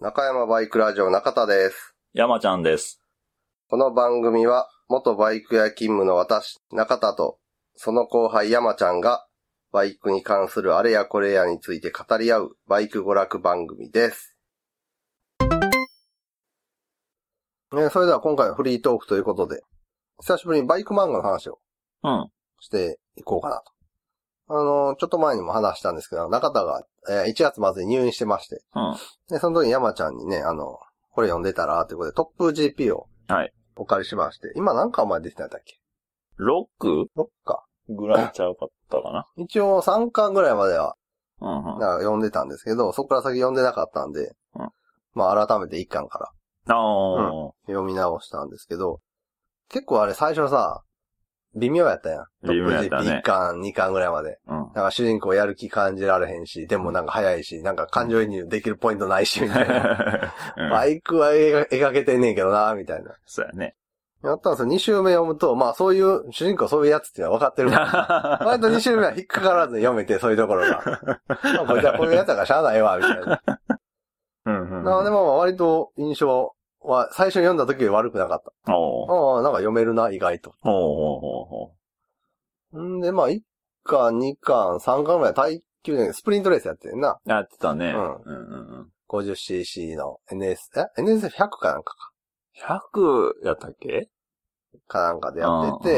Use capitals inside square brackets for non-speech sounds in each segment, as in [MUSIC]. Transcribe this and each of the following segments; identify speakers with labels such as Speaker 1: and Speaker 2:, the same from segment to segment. Speaker 1: 中山バイクラジオ中田です。
Speaker 2: 山ちゃんです。
Speaker 1: この番組は、元バイク屋勤務の私、中田と、その後輩山ちゃんが、バイクに関するあれやこれやについて語り合う、バイク娯楽番組です。ね、それでは今回はフリートークということで、久しぶりにバイク漫画の話を
Speaker 2: うん。
Speaker 1: していこうかなと。あの、ちょっと前にも話したんですけど、中田が、えー1月末に入院してまして、
Speaker 2: うん。
Speaker 1: で、その時に山ちゃんにね、あの、これ読んでたら、ということで、トップ GP を、
Speaker 2: はい。
Speaker 1: お借りしまして、今何巻まで出てたんだっけ
Speaker 2: 6?
Speaker 1: 6巻
Speaker 2: ぐらいちゃうかったかな。
Speaker 1: 一応3巻ぐらいまでは、
Speaker 2: うん、うん。あ
Speaker 1: なんか読んでたんですけど、そこから先読んでなかったんで、
Speaker 2: うん
Speaker 1: まあ改めて1巻から
Speaker 2: あ、
Speaker 1: 読み直したんですけど、結構あれ最初さ、微妙やったやん。ト
Speaker 2: 微妙
Speaker 1: ッ
Speaker 2: やっ
Speaker 1: プ
Speaker 2: たね
Speaker 1: GP1 巻、2巻ぐらいまで。
Speaker 2: うん。
Speaker 1: なんか主人公やる気感じられへんし、でもなんか早いし、なんか感情移入できるポイントないし、みたい
Speaker 2: [LAUGHS]
Speaker 1: な。
Speaker 2: は
Speaker 1: バ
Speaker 2: い。
Speaker 1: イクは描描けてんねんけどな、みたいな。
Speaker 2: そうやね。
Speaker 1: やったんですよ。2週目読むと、まあそういう、主人公そういうやつっていうのは分かってる
Speaker 2: [LAUGHS]
Speaker 1: から。割と2週目は引っかからずに読めて、そういうところが。まあこいつはこういうやつだからしゃあないわ、みたいな。
Speaker 2: うんうん。
Speaker 1: なのでまあ割と印象は、最初に読んだ時より悪くなかった。
Speaker 2: おう
Speaker 1: ああ、なんか読めるな、意外と。
Speaker 2: おうお
Speaker 1: んでまあ1巻、2巻、3巻ぐらい耐久で、スプリントレースやってんな。
Speaker 2: うやってたね。
Speaker 1: うん
Speaker 2: うんうんうん。
Speaker 1: 50cc の NS、え ?NSF100 かなんかか。
Speaker 2: 100やったっけ
Speaker 1: かなんかでやって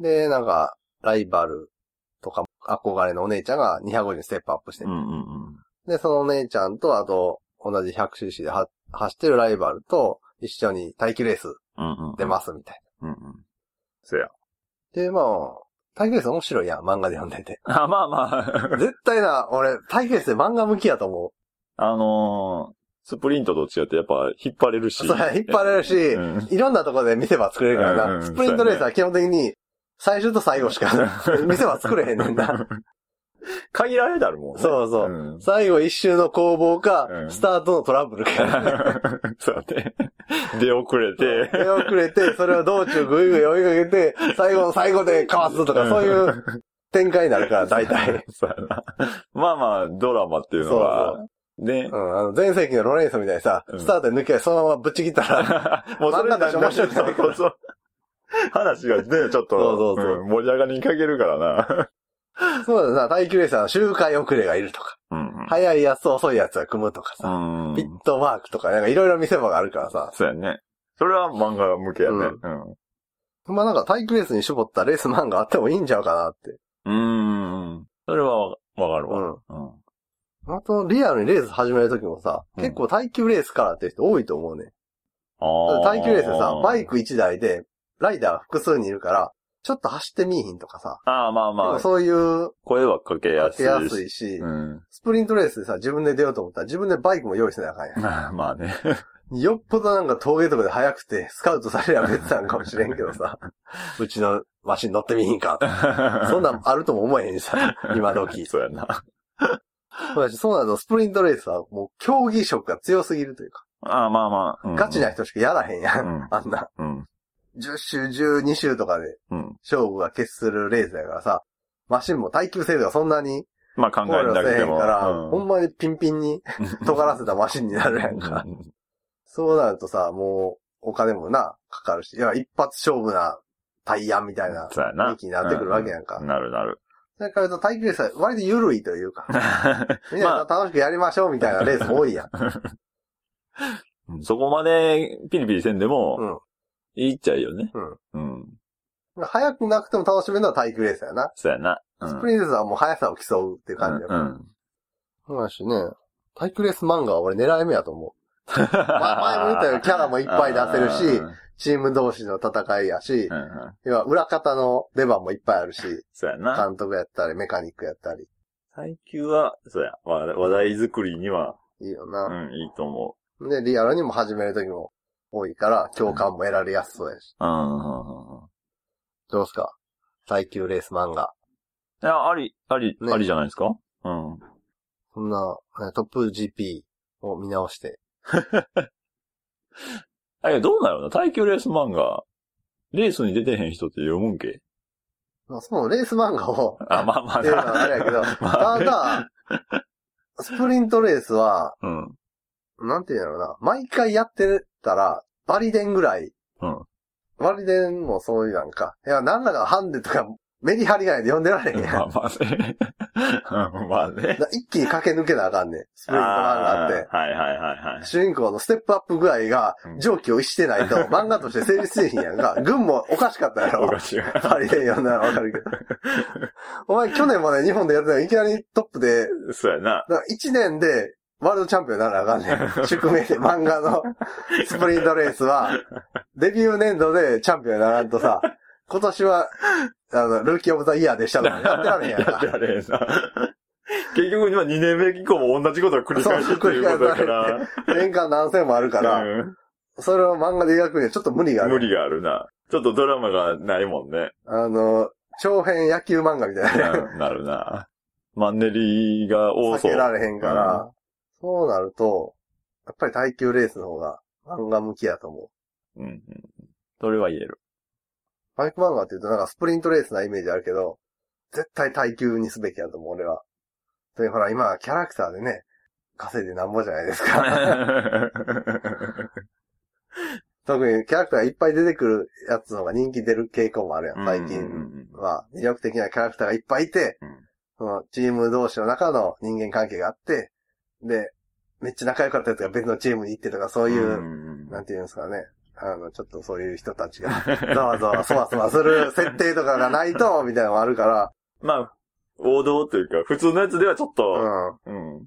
Speaker 1: て、で、なんか、ライバルとか、憧れのお姉ちゃんが250にステップアップして
Speaker 2: うんうんうん。
Speaker 1: で、そのお姉ちゃんと、あと、同じ 100cc では走ってるライバルと、一緒に待機レース
Speaker 2: うんうん。
Speaker 1: 出ます、みたい
Speaker 2: うんうん。そや。。
Speaker 1: な。で、まあ、待機レース面白いやん、漫画で読んでて
Speaker 2: あ、まあまあ。 [LAUGHS]
Speaker 1: 絶対な、俺、待機レースで漫画向きやと思
Speaker 2: あのー、スプリントと違ってやっぱ引っ張れるし。
Speaker 1: う。それ引っ張れるし、
Speaker 2: うん
Speaker 1: いろんなとこで見せ場作れるから
Speaker 2: うん
Speaker 1: な。
Speaker 2: うん
Speaker 1: スプリントレースは基本的に、最初と最後しか、 [LAUGHS] 見せ場作れへんねんな。
Speaker 2: [LAUGHS] 限られたるもんね。
Speaker 1: そうそう
Speaker 2: うん [LAUGHS]
Speaker 1: 最後一周の攻防か
Speaker 2: う、ん
Speaker 1: スタートのトラブルか。
Speaker 2: そうだね。出遅れて。
Speaker 1: 手遅れて、それを道中ぐいぐい追いかけて、最後の最後でかわすとか、そういう展開になるから、大体。。
Speaker 2: [LAUGHS] そうやな。まあまあ、ドラマっていうのは、ね
Speaker 1: [LAUGHS] う。ん、あの、前世紀のロレンソみたいにさ、
Speaker 2: うん
Speaker 1: スタートで抜け、そのままぶっちぎったら、
Speaker 2: もうそれ
Speaker 1: 漫画として面白い
Speaker 2: そうそうそう。話がね、ちょっ
Speaker 1: そ
Speaker 2: と
Speaker 1: うそうそう
Speaker 2: うん盛り上がりにかけるから
Speaker 1: そうだな、耐久レースは周回遅れがいるとか、
Speaker 2: な。うん。
Speaker 1: 速いやつと遅いやつが組むとかさ、
Speaker 2: うん
Speaker 1: ピ。ットワークとか、なんかいろいろ見せ場があるからさ、
Speaker 2: そうやね。それは漫画向けやね。
Speaker 1: まあなんか耐久レースに絞ったレース漫画あってもいいんちゃうかなって。
Speaker 2: うん。うん。それはわかる
Speaker 1: う
Speaker 2: わ。
Speaker 1: ん。
Speaker 2: うん。
Speaker 1: あと、リアルにレース始めるときもさ、
Speaker 2: うん
Speaker 1: 結構耐久レースからっていう人多いと思うね。
Speaker 2: あ
Speaker 1: 耐久レースでさ、バイ
Speaker 2: ク。
Speaker 1: ク1台で、ライダーが複数人いるから、ちょっと走ってみいひんとかさ、
Speaker 2: ああ、まあ
Speaker 1: で
Speaker 2: ま
Speaker 1: も
Speaker 2: あ、
Speaker 1: そういう、
Speaker 2: 声はかけや
Speaker 1: か
Speaker 2: す
Speaker 1: け
Speaker 2: いし。
Speaker 1: やすいし、
Speaker 2: うん。 [LAUGHS]
Speaker 1: スプリントレースでさ、自分で出ようと思ったら自分でバイクも用意せなあかんや
Speaker 2: まあまあね。
Speaker 1: ん。よっぽどなんか峠とかで速くて、スカウトされりゃ別なんかもしれんけどさ、 [LAUGHS] うちのマシン乗ってみいひんかとか。 [LAUGHS] そんなんあるとも思えへんし [LAUGHS] さ、今時。
Speaker 2: [LAUGHS] そうやな。
Speaker 1: そうだし、そうなるとスプリントレースはもう競技色が強すぎるというか、
Speaker 2: ああ、まあまあ。うん
Speaker 1: ガチな人しかやらへんや。
Speaker 2: うんん。
Speaker 1: あんな、
Speaker 2: うん。
Speaker 1: 10周、12周とかで
Speaker 2: うん。
Speaker 1: 勝負が決するレースだからさ、マシンも耐久性度がそんなに
Speaker 2: まあ考
Speaker 1: 考
Speaker 2: え
Speaker 1: 慮
Speaker 2: なく
Speaker 1: せえへ
Speaker 2: て
Speaker 1: ん
Speaker 2: も。
Speaker 1: から、
Speaker 2: うん
Speaker 1: ほんまにピンピンに尖らせたマシンになるやんか。そうなるとさ、もうお金もな、かかるし、いや、一発勝負なタイヤみたいな。
Speaker 2: そうやな。
Speaker 1: 雰囲気になってくるわけやんか
Speaker 2: うなる
Speaker 1: [LAUGHS]
Speaker 2: なる。
Speaker 1: それから言うと耐久レースは割と緩いという
Speaker 2: [LAUGHS]
Speaker 1: か、みんな
Speaker 2: ま
Speaker 1: 楽しくやりましょうみたいなレースも多いやん。
Speaker 2: [LAUGHS] そこまでピリピリせんで
Speaker 1: う
Speaker 2: も
Speaker 1: ん、
Speaker 2: いいっちゃいいよね。うん。
Speaker 1: 早くなくても楽しめるのは耐久レースやな。
Speaker 2: そうやな。うん
Speaker 1: スプリントレースはもう速さを競うっていう感じや
Speaker 2: う
Speaker 1: から。
Speaker 2: ん。うん
Speaker 1: そうだしね、耐久レース漫画は俺狙い目やと思う。ま [LAUGHS] 前も言ったようにキャラもいっぱい出せ
Speaker 2: [LAUGHS]
Speaker 1: るし
Speaker 2: うん
Speaker 1: チーム同士の戦いやし
Speaker 2: う、んうん
Speaker 1: 要は裏方の出番もいっぱいあるし、
Speaker 2: そうやな。
Speaker 1: 監督やったり、メカニックやったり、
Speaker 2: 耐久は、そうや。わ話題作りには、
Speaker 1: いいよ
Speaker 2: う
Speaker 1: な。
Speaker 2: ん、いいと思
Speaker 1: で、リアルにも始めるときも多いから、共感も得られやすそうやし。
Speaker 2: う。うんうんうん。
Speaker 1: どうすか耐久レース漫画。
Speaker 2: いや、あり、あり、
Speaker 1: ね
Speaker 2: ありじゃないですかうん。
Speaker 1: そんな、ねトップ GP を見直して。
Speaker 2: え、どうなるの耐久レース漫画、レースに出てへん人って読むんけ
Speaker 1: まあ、そのレース漫画
Speaker 2: [LAUGHS]
Speaker 1: を、
Speaker 2: あ、まあまあ
Speaker 1: っていうのはあれやけど、
Speaker 2: まあ
Speaker 1: ただ、スプリントレースは、
Speaker 2: [LAUGHS] うん。
Speaker 1: なんていうんだろうな、毎回やってたら、バリデンぐらい。
Speaker 2: うん。
Speaker 1: バリデンもそういうなんか。いや、なんだかハンデとか、メリハリがないで呼んでられへんやん。
Speaker 2: まあ
Speaker 1: [LAUGHS]
Speaker 2: まあね。 [LAUGHS] うんまあね。
Speaker 1: な一気に駆け抜けなあかんねん。スプリント漫画って。
Speaker 2: あーはいはいはいはい。
Speaker 1: [LAUGHS] 主人公のステップアップ具合が
Speaker 2: うん
Speaker 1: 上気を逸して
Speaker 2: [LAUGHS]
Speaker 1: ないと漫画として成立せえへんやんか。軍もおかしかったや
Speaker 2: お
Speaker 1: ろ
Speaker 2: か。しいわ。
Speaker 1: パリで読んだらわか
Speaker 2: [LAUGHS]
Speaker 1: るけど。お前去年まで日本でやってたのにいきなりトップで、
Speaker 2: そう [LAUGHS] やな。
Speaker 1: だ1年でワールドチャンピオンにならなあかんねん。
Speaker 2: [LAUGHS]
Speaker 1: 宿命で漫画のスプリントレースは、デビュー年度でチャンピオンにならんとさ、今年は、あの、ルーキーオブザイヤーでしたとかやってられへんやん
Speaker 2: [LAUGHS] やっ
Speaker 1: か
Speaker 2: て。られへんな。結局、今2年目以降も同じことを繰り返しっていうことだから。
Speaker 1: 年間何千もあるから、
Speaker 2: うん
Speaker 1: それを漫画で描くにはちょっと無理がある。
Speaker 2: 無理があるな。ちょっとドラマがないもんね。
Speaker 1: あの、長編野球漫画みたいな。
Speaker 2: うんなるな。マンネリが多
Speaker 1: 避
Speaker 2: そ
Speaker 1: け
Speaker 2: う。
Speaker 1: られへんから、
Speaker 2: う
Speaker 1: そうなると、やっぱり耐久レースの方が漫画向きやと思う。
Speaker 2: うんうん。それは言える。
Speaker 1: バイク漫画って言うとなんかスプリントレースなイメージあるけど、絶対耐久にすべきやと思う、俺は。で、ほら、今、キャラクターでね、稼いでなんぼじゃないですか。 [LAUGHS] 特にキャラクターがいっぱい出てくるやつの方が人気出る傾向もあるやん、 [LAUGHS] 最近。
Speaker 2: うんうんうん
Speaker 1: まあ、魅力的なキャラクターがいっぱいいて、
Speaker 2: うん
Speaker 1: そのチーム同士の中の人間関係があって、で、めっちゃ仲良かったやつが別のチームに行ってとか、そういう、
Speaker 2: ん
Speaker 1: なんていうんですかね。あの、ちょっとそういう人たちが、 [LAUGHS] ざわざわ、そわそわする設定とかがない [LAUGHS] と、みたいなのもあるか
Speaker 2: [LAUGHS] まあ、王道というか、普通のやつではちょっ
Speaker 1: ら、
Speaker 2: と、
Speaker 1: うん。
Speaker 2: うん。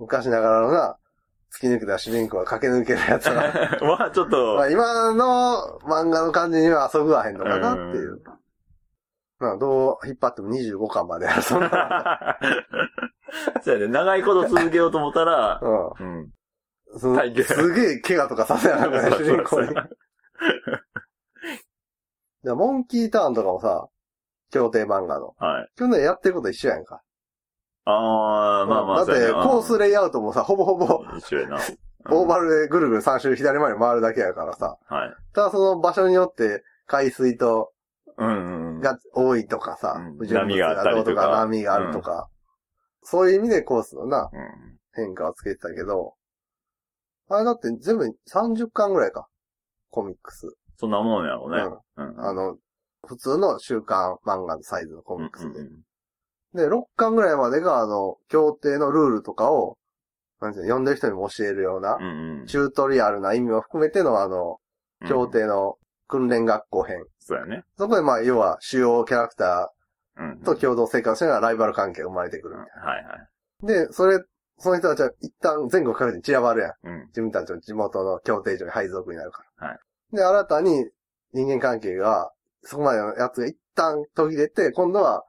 Speaker 1: 昔ながらのな、突き抜けた主人公が駆け抜けるやつが、
Speaker 2: まあ、ちょっ
Speaker 1: ま [LAUGHS]
Speaker 2: と、
Speaker 1: あ今の漫画の感じには遊ぐわへんのかなっていうう。まあどう引っ張っても25巻まである、そんな。 [LAUGHS]
Speaker 2: そうやね。長いこと続けようと思ったら、
Speaker 1: うん。
Speaker 2: うん。
Speaker 1: その
Speaker 2: 体型
Speaker 1: すげえ怪我とかさせなくない、主人公に。でモンキーターンとかもさ、協定漫画の。
Speaker 2: はい。
Speaker 1: 去年やってること一緒やんか。
Speaker 2: ああ、まあまあ、
Speaker 1: だって、コース
Speaker 2: で。
Speaker 1: レイアウトもさ、ほぼほぼ、
Speaker 2: 一緒やな。
Speaker 1: オーバ
Speaker 2: ル。
Speaker 1: ルでぐるぐる3周左回り回るだけやからさ。
Speaker 2: はい。
Speaker 1: ただその場所によって、海水と、
Speaker 2: うんうんうん。
Speaker 1: が多いとかさ
Speaker 2: うん、
Speaker 1: 不純物どう
Speaker 2: 波があったりとか
Speaker 1: 波があるとか、そういう意味でコースのな、
Speaker 2: うん
Speaker 1: 変化をつけてたけど、あれだって全部30巻ぐらいか。コミックス。
Speaker 2: そんなもんやろうね。うん。
Speaker 1: あの、普通の週刊漫画のサイズのコ
Speaker 2: うん
Speaker 1: ミ
Speaker 2: う
Speaker 1: ックスで。
Speaker 2: ん
Speaker 1: で、6巻ぐらいまでが、あの、協定のルールとかを、なんていうの、読んでる人にも教えるような
Speaker 2: う、ん。
Speaker 1: チュートリアルな意味も含めての、あの、協
Speaker 2: うん。
Speaker 1: 定の訓練学校編。
Speaker 2: そうやね。
Speaker 1: そこで、まあ、要は、主要キャラクタ
Speaker 2: うん
Speaker 1: ー。と共同生活しながらライバル関係が生まれてく
Speaker 2: う
Speaker 1: る
Speaker 2: ん。はいはい。
Speaker 1: で、それ、その人たちは一旦全国各地に散らばるやん。
Speaker 2: うん。
Speaker 1: 自分たちの地元の協定所に配属になるから。
Speaker 2: はい
Speaker 1: で、新たに人間関係が、そこまでのやつが一旦途切れて、今度は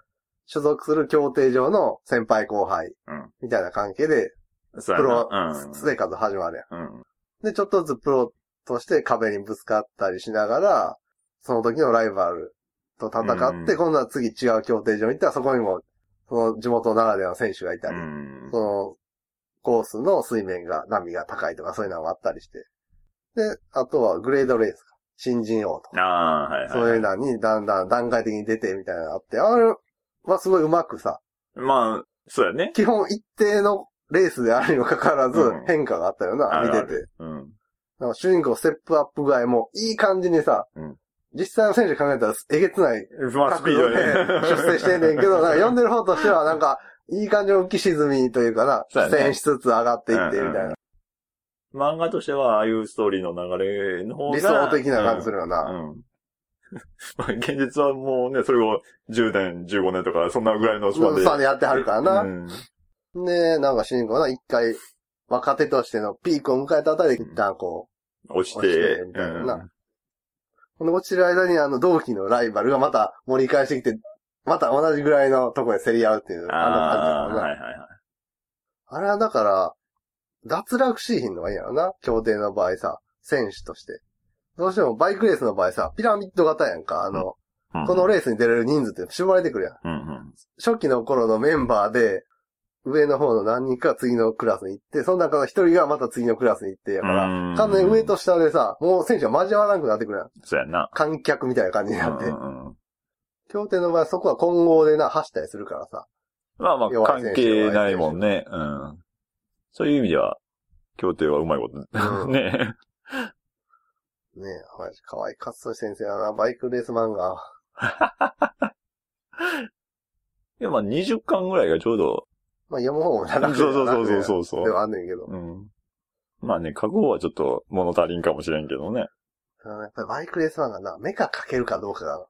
Speaker 1: 所属する協定上の先輩後輩
Speaker 2: うん、
Speaker 1: みたいな関係で、
Speaker 2: そ
Speaker 1: プ
Speaker 2: うや
Speaker 1: ロ
Speaker 2: な。
Speaker 1: 生活始まるや
Speaker 2: うん。うん。
Speaker 1: ん。で、ちょっとずつプロとして壁にぶつかったりしながら、その時のライバルと戦
Speaker 2: う
Speaker 1: っ
Speaker 2: ん
Speaker 1: て、今度は次違う協定所に行ったら、そこにも、その地元ならではの選手がいたり、
Speaker 2: うん
Speaker 1: その、コースの水面が、波が高いとかそういうのがあったりして。で、あとはグレードレースか。新人王とか。
Speaker 2: ああー、はいはい。
Speaker 1: そういうのにだんだん段階的に出てみたいなのがあって、あれはすごいうまくさ、
Speaker 2: まあ、そうやね。
Speaker 1: 基本一定のレースであるにもかかわらず
Speaker 2: うん
Speaker 1: 変化があったよな、
Speaker 2: ある
Speaker 1: 見
Speaker 2: あ
Speaker 1: てて。
Speaker 2: うん。
Speaker 1: なんか主人公ステップアップ具合もいい感じにさ、
Speaker 2: うん
Speaker 1: 実際の選手考えたらえげつない
Speaker 2: まあ、スピ
Speaker 1: 角
Speaker 2: ード
Speaker 1: 度
Speaker 2: ね
Speaker 1: で出世してんねんけど、なんか読んでる方としてはなんか、いい感じの浮き沈みというかな、
Speaker 2: そうやね
Speaker 1: 苦戦しつつ上がっていってみたいな。
Speaker 2: 漫画としては、ああいうストーリーの流れの方が。
Speaker 1: 理想的な感じするよ
Speaker 2: う
Speaker 1: な。
Speaker 2: ん。うん。 [LAUGHS] まあ、現実はもうね、それを10年、15年とか、そんなぐらいのスパンで。
Speaker 1: スパでやってはるからな。
Speaker 2: うん。
Speaker 1: で、なんか主人公な、一回、若手としてのピークを迎えたあたりで一旦こ
Speaker 2: 落ち
Speaker 1: 落ち
Speaker 2: て
Speaker 1: て。みたいななう、この落ちてる間にあの同期のライバルがまた盛り返してきて、また同じぐらいのとこで競り合うっていう、
Speaker 2: うん。
Speaker 1: あ
Speaker 2: あ
Speaker 1: の感
Speaker 2: あ、
Speaker 1: じだろうな。
Speaker 2: はいはいはい。
Speaker 1: あれはだから、脱落しひんのがいいやろな。協定の場合さ、選手として。どうしてもバイクレースの場合さ、ピラミッド型やんか。あの、
Speaker 2: うん
Speaker 1: この、レースに出れる人数って絞られてくるやん。
Speaker 2: うんうん。
Speaker 1: 初期の頃のメンバーで、上の方の何人かが次のクラスに行って、その中の一人がまた次のクラスに行って、やから
Speaker 2: うん、
Speaker 1: 完全に上と下でさ、もう選手は交わらなくなってくるやん。
Speaker 2: そうやんな。
Speaker 1: 観客みたいな感じになっ
Speaker 2: う
Speaker 1: て。
Speaker 2: んうんうん
Speaker 1: 協定の場合そこは混合でな、走ったりするからさ。
Speaker 2: まあまあ、
Speaker 1: 弱い
Speaker 2: 関
Speaker 1: 選手
Speaker 2: 係ないもんね。うん。そういう意味では、協定はうまいこと
Speaker 1: う。ん
Speaker 2: ねえ。
Speaker 1: ねえ、マジ可愛かっそい先生だな、バイクレース漫画。
Speaker 2: いや、まあ20巻ぐらいがちょうど、
Speaker 1: まあ、読む方もな
Speaker 2: そうそうそうそうそうそ
Speaker 1: で
Speaker 2: う。
Speaker 1: はあんねんけど。
Speaker 2: うん。まあね、覚悟はちょっと物足りんかもしれんけどね。
Speaker 1: あのやっぱりバイクレース漫画な、目が描けるかどうかが、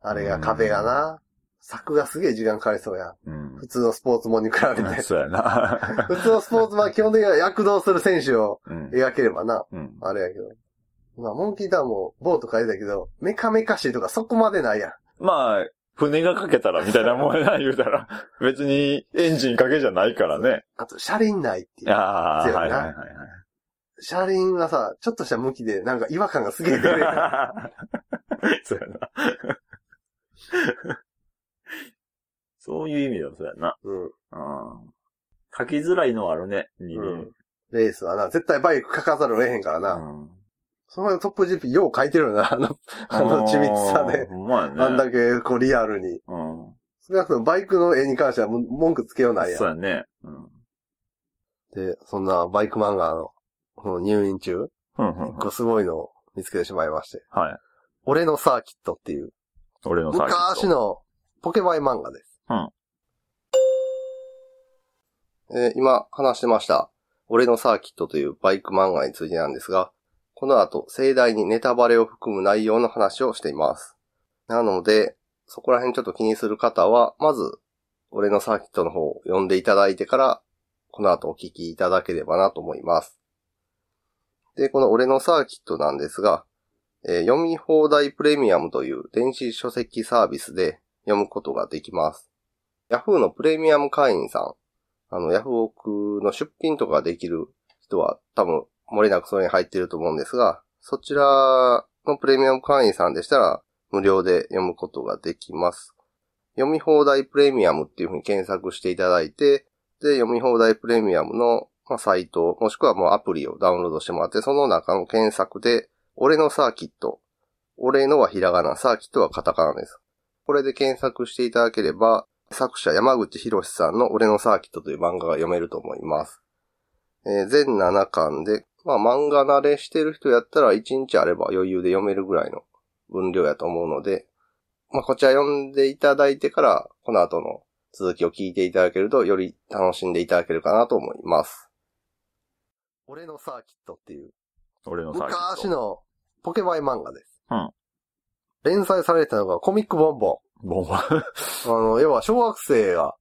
Speaker 1: あれが壁がな、作がすげえ時間かかりそうやん。
Speaker 2: うん
Speaker 1: [LAUGHS] 普。通のスポーツもんに比べて。
Speaker 2: そうやな。
Speaker 1: [LAUGHS] 普通のスポーツは基本的には躍動する選手を
Speaker 2: うん。
Speaker 1: 描ければな、
Speaker 2: うん。
Speaker 1: あれやけど。まあ、モンキーターンもボート書いてたけど、メカメカしいとかそこまでないやん。
Speaker 2: まあ、船がかけたらみたいなもんやな、言うたら。別にエンジンかけじゃないからね。
Speaker 1: あと、車輪ないっていう。
Speaker 2: ああ、
Speaker 1: [LAUGHS] そうやな
Speaker 2: はいはいはい
Speaker 1: 車輪はさ、ちょっとした向きでなんか違和感がすげえ出るやん。
Speaker 2: はい。 [LAUGHS] そうやな。そういう意味だ、そうやな。
Speaker 1: うん。
Speaker 2: うん。書きづらいのはあるね、人
Speaker 1: うんレースはな、絶対バイク書かざるを得へんからな。
Speaker 2: うん
Speaker 1: そのトップ GP よう書いてるよな、あの、あの緻密さで。
Speaker 2: ほんまやね。
Speaker 1: あんだけこうリアルに。
Speaker 2: うん。
Speaker 1: 少なくともバイクの絵に関してはもう文句つけようないやん
Speaker 2: そうやね。うん。
Speaker 1: で、そんなバイク漫画の、この入院中、
Speaker 2: うんうんうん
Speaker 1: 一個すごいのを見つけてしまいまして。
Speaker 2: はい。
Speaker 1: 俺のサーキットっていう、
Speaker 2: 俺のサーキット。
Speaker 1: 昔のポケバイ漫画です。
Speaker 2: うん
Speaker 1: えー今話してました、俺のサーキットというバイク漫画についてなんですが、この後盛大にネタバレを含む内容の話をしています。なので、そこら辺ちょっと気にする方は、まず、俺のサーキットの方を読んでいただいてから、この後お聞きいただければなと思います。で、この俺のサーキットなんですが、えー読み放題プレミアムという電子書籍サービスで読むことができます。Yahoo のプレミアム会員さん、あの Yahoo オクの出品とかできる人は多分漏れなくそれに入ってると思うんですが、そちらのプレミアム会員さんでしたら無料で読むことができます。読み放題プレミアムっていうふうに検索していただいて、で、読み放題プレミアムの、まあ、サイト、もしくはもうアプリをダウンロードしてもらって、その中の検索で俺のサーキット。俺のはひらがな、サーキットはカタカナです。これで検索していただければ、作者山口博さんの俺のサーキットという漫画が読めると思います。えー全7巻で、まあ漫画慣れしてる人やったら1日あれば余裕で読めるぐらいの分量やと思うので、まあこちら読んでいただいてから、この後の続きを聞いていただけるとより楽しんでいただけるかなと思います。俺のサーキットっていう
Speaker 2: 俺のサーキット。
Speaker 1: 昔。のポケバイ漫画です。
Speaker 2: うん
Speaker 1: 連載されてたのがコミックボンボ
Speaker 2: ボンボ
Speaker 1: ン。
Speaker 2: ン。
Speaker 1: あの、要は小学生が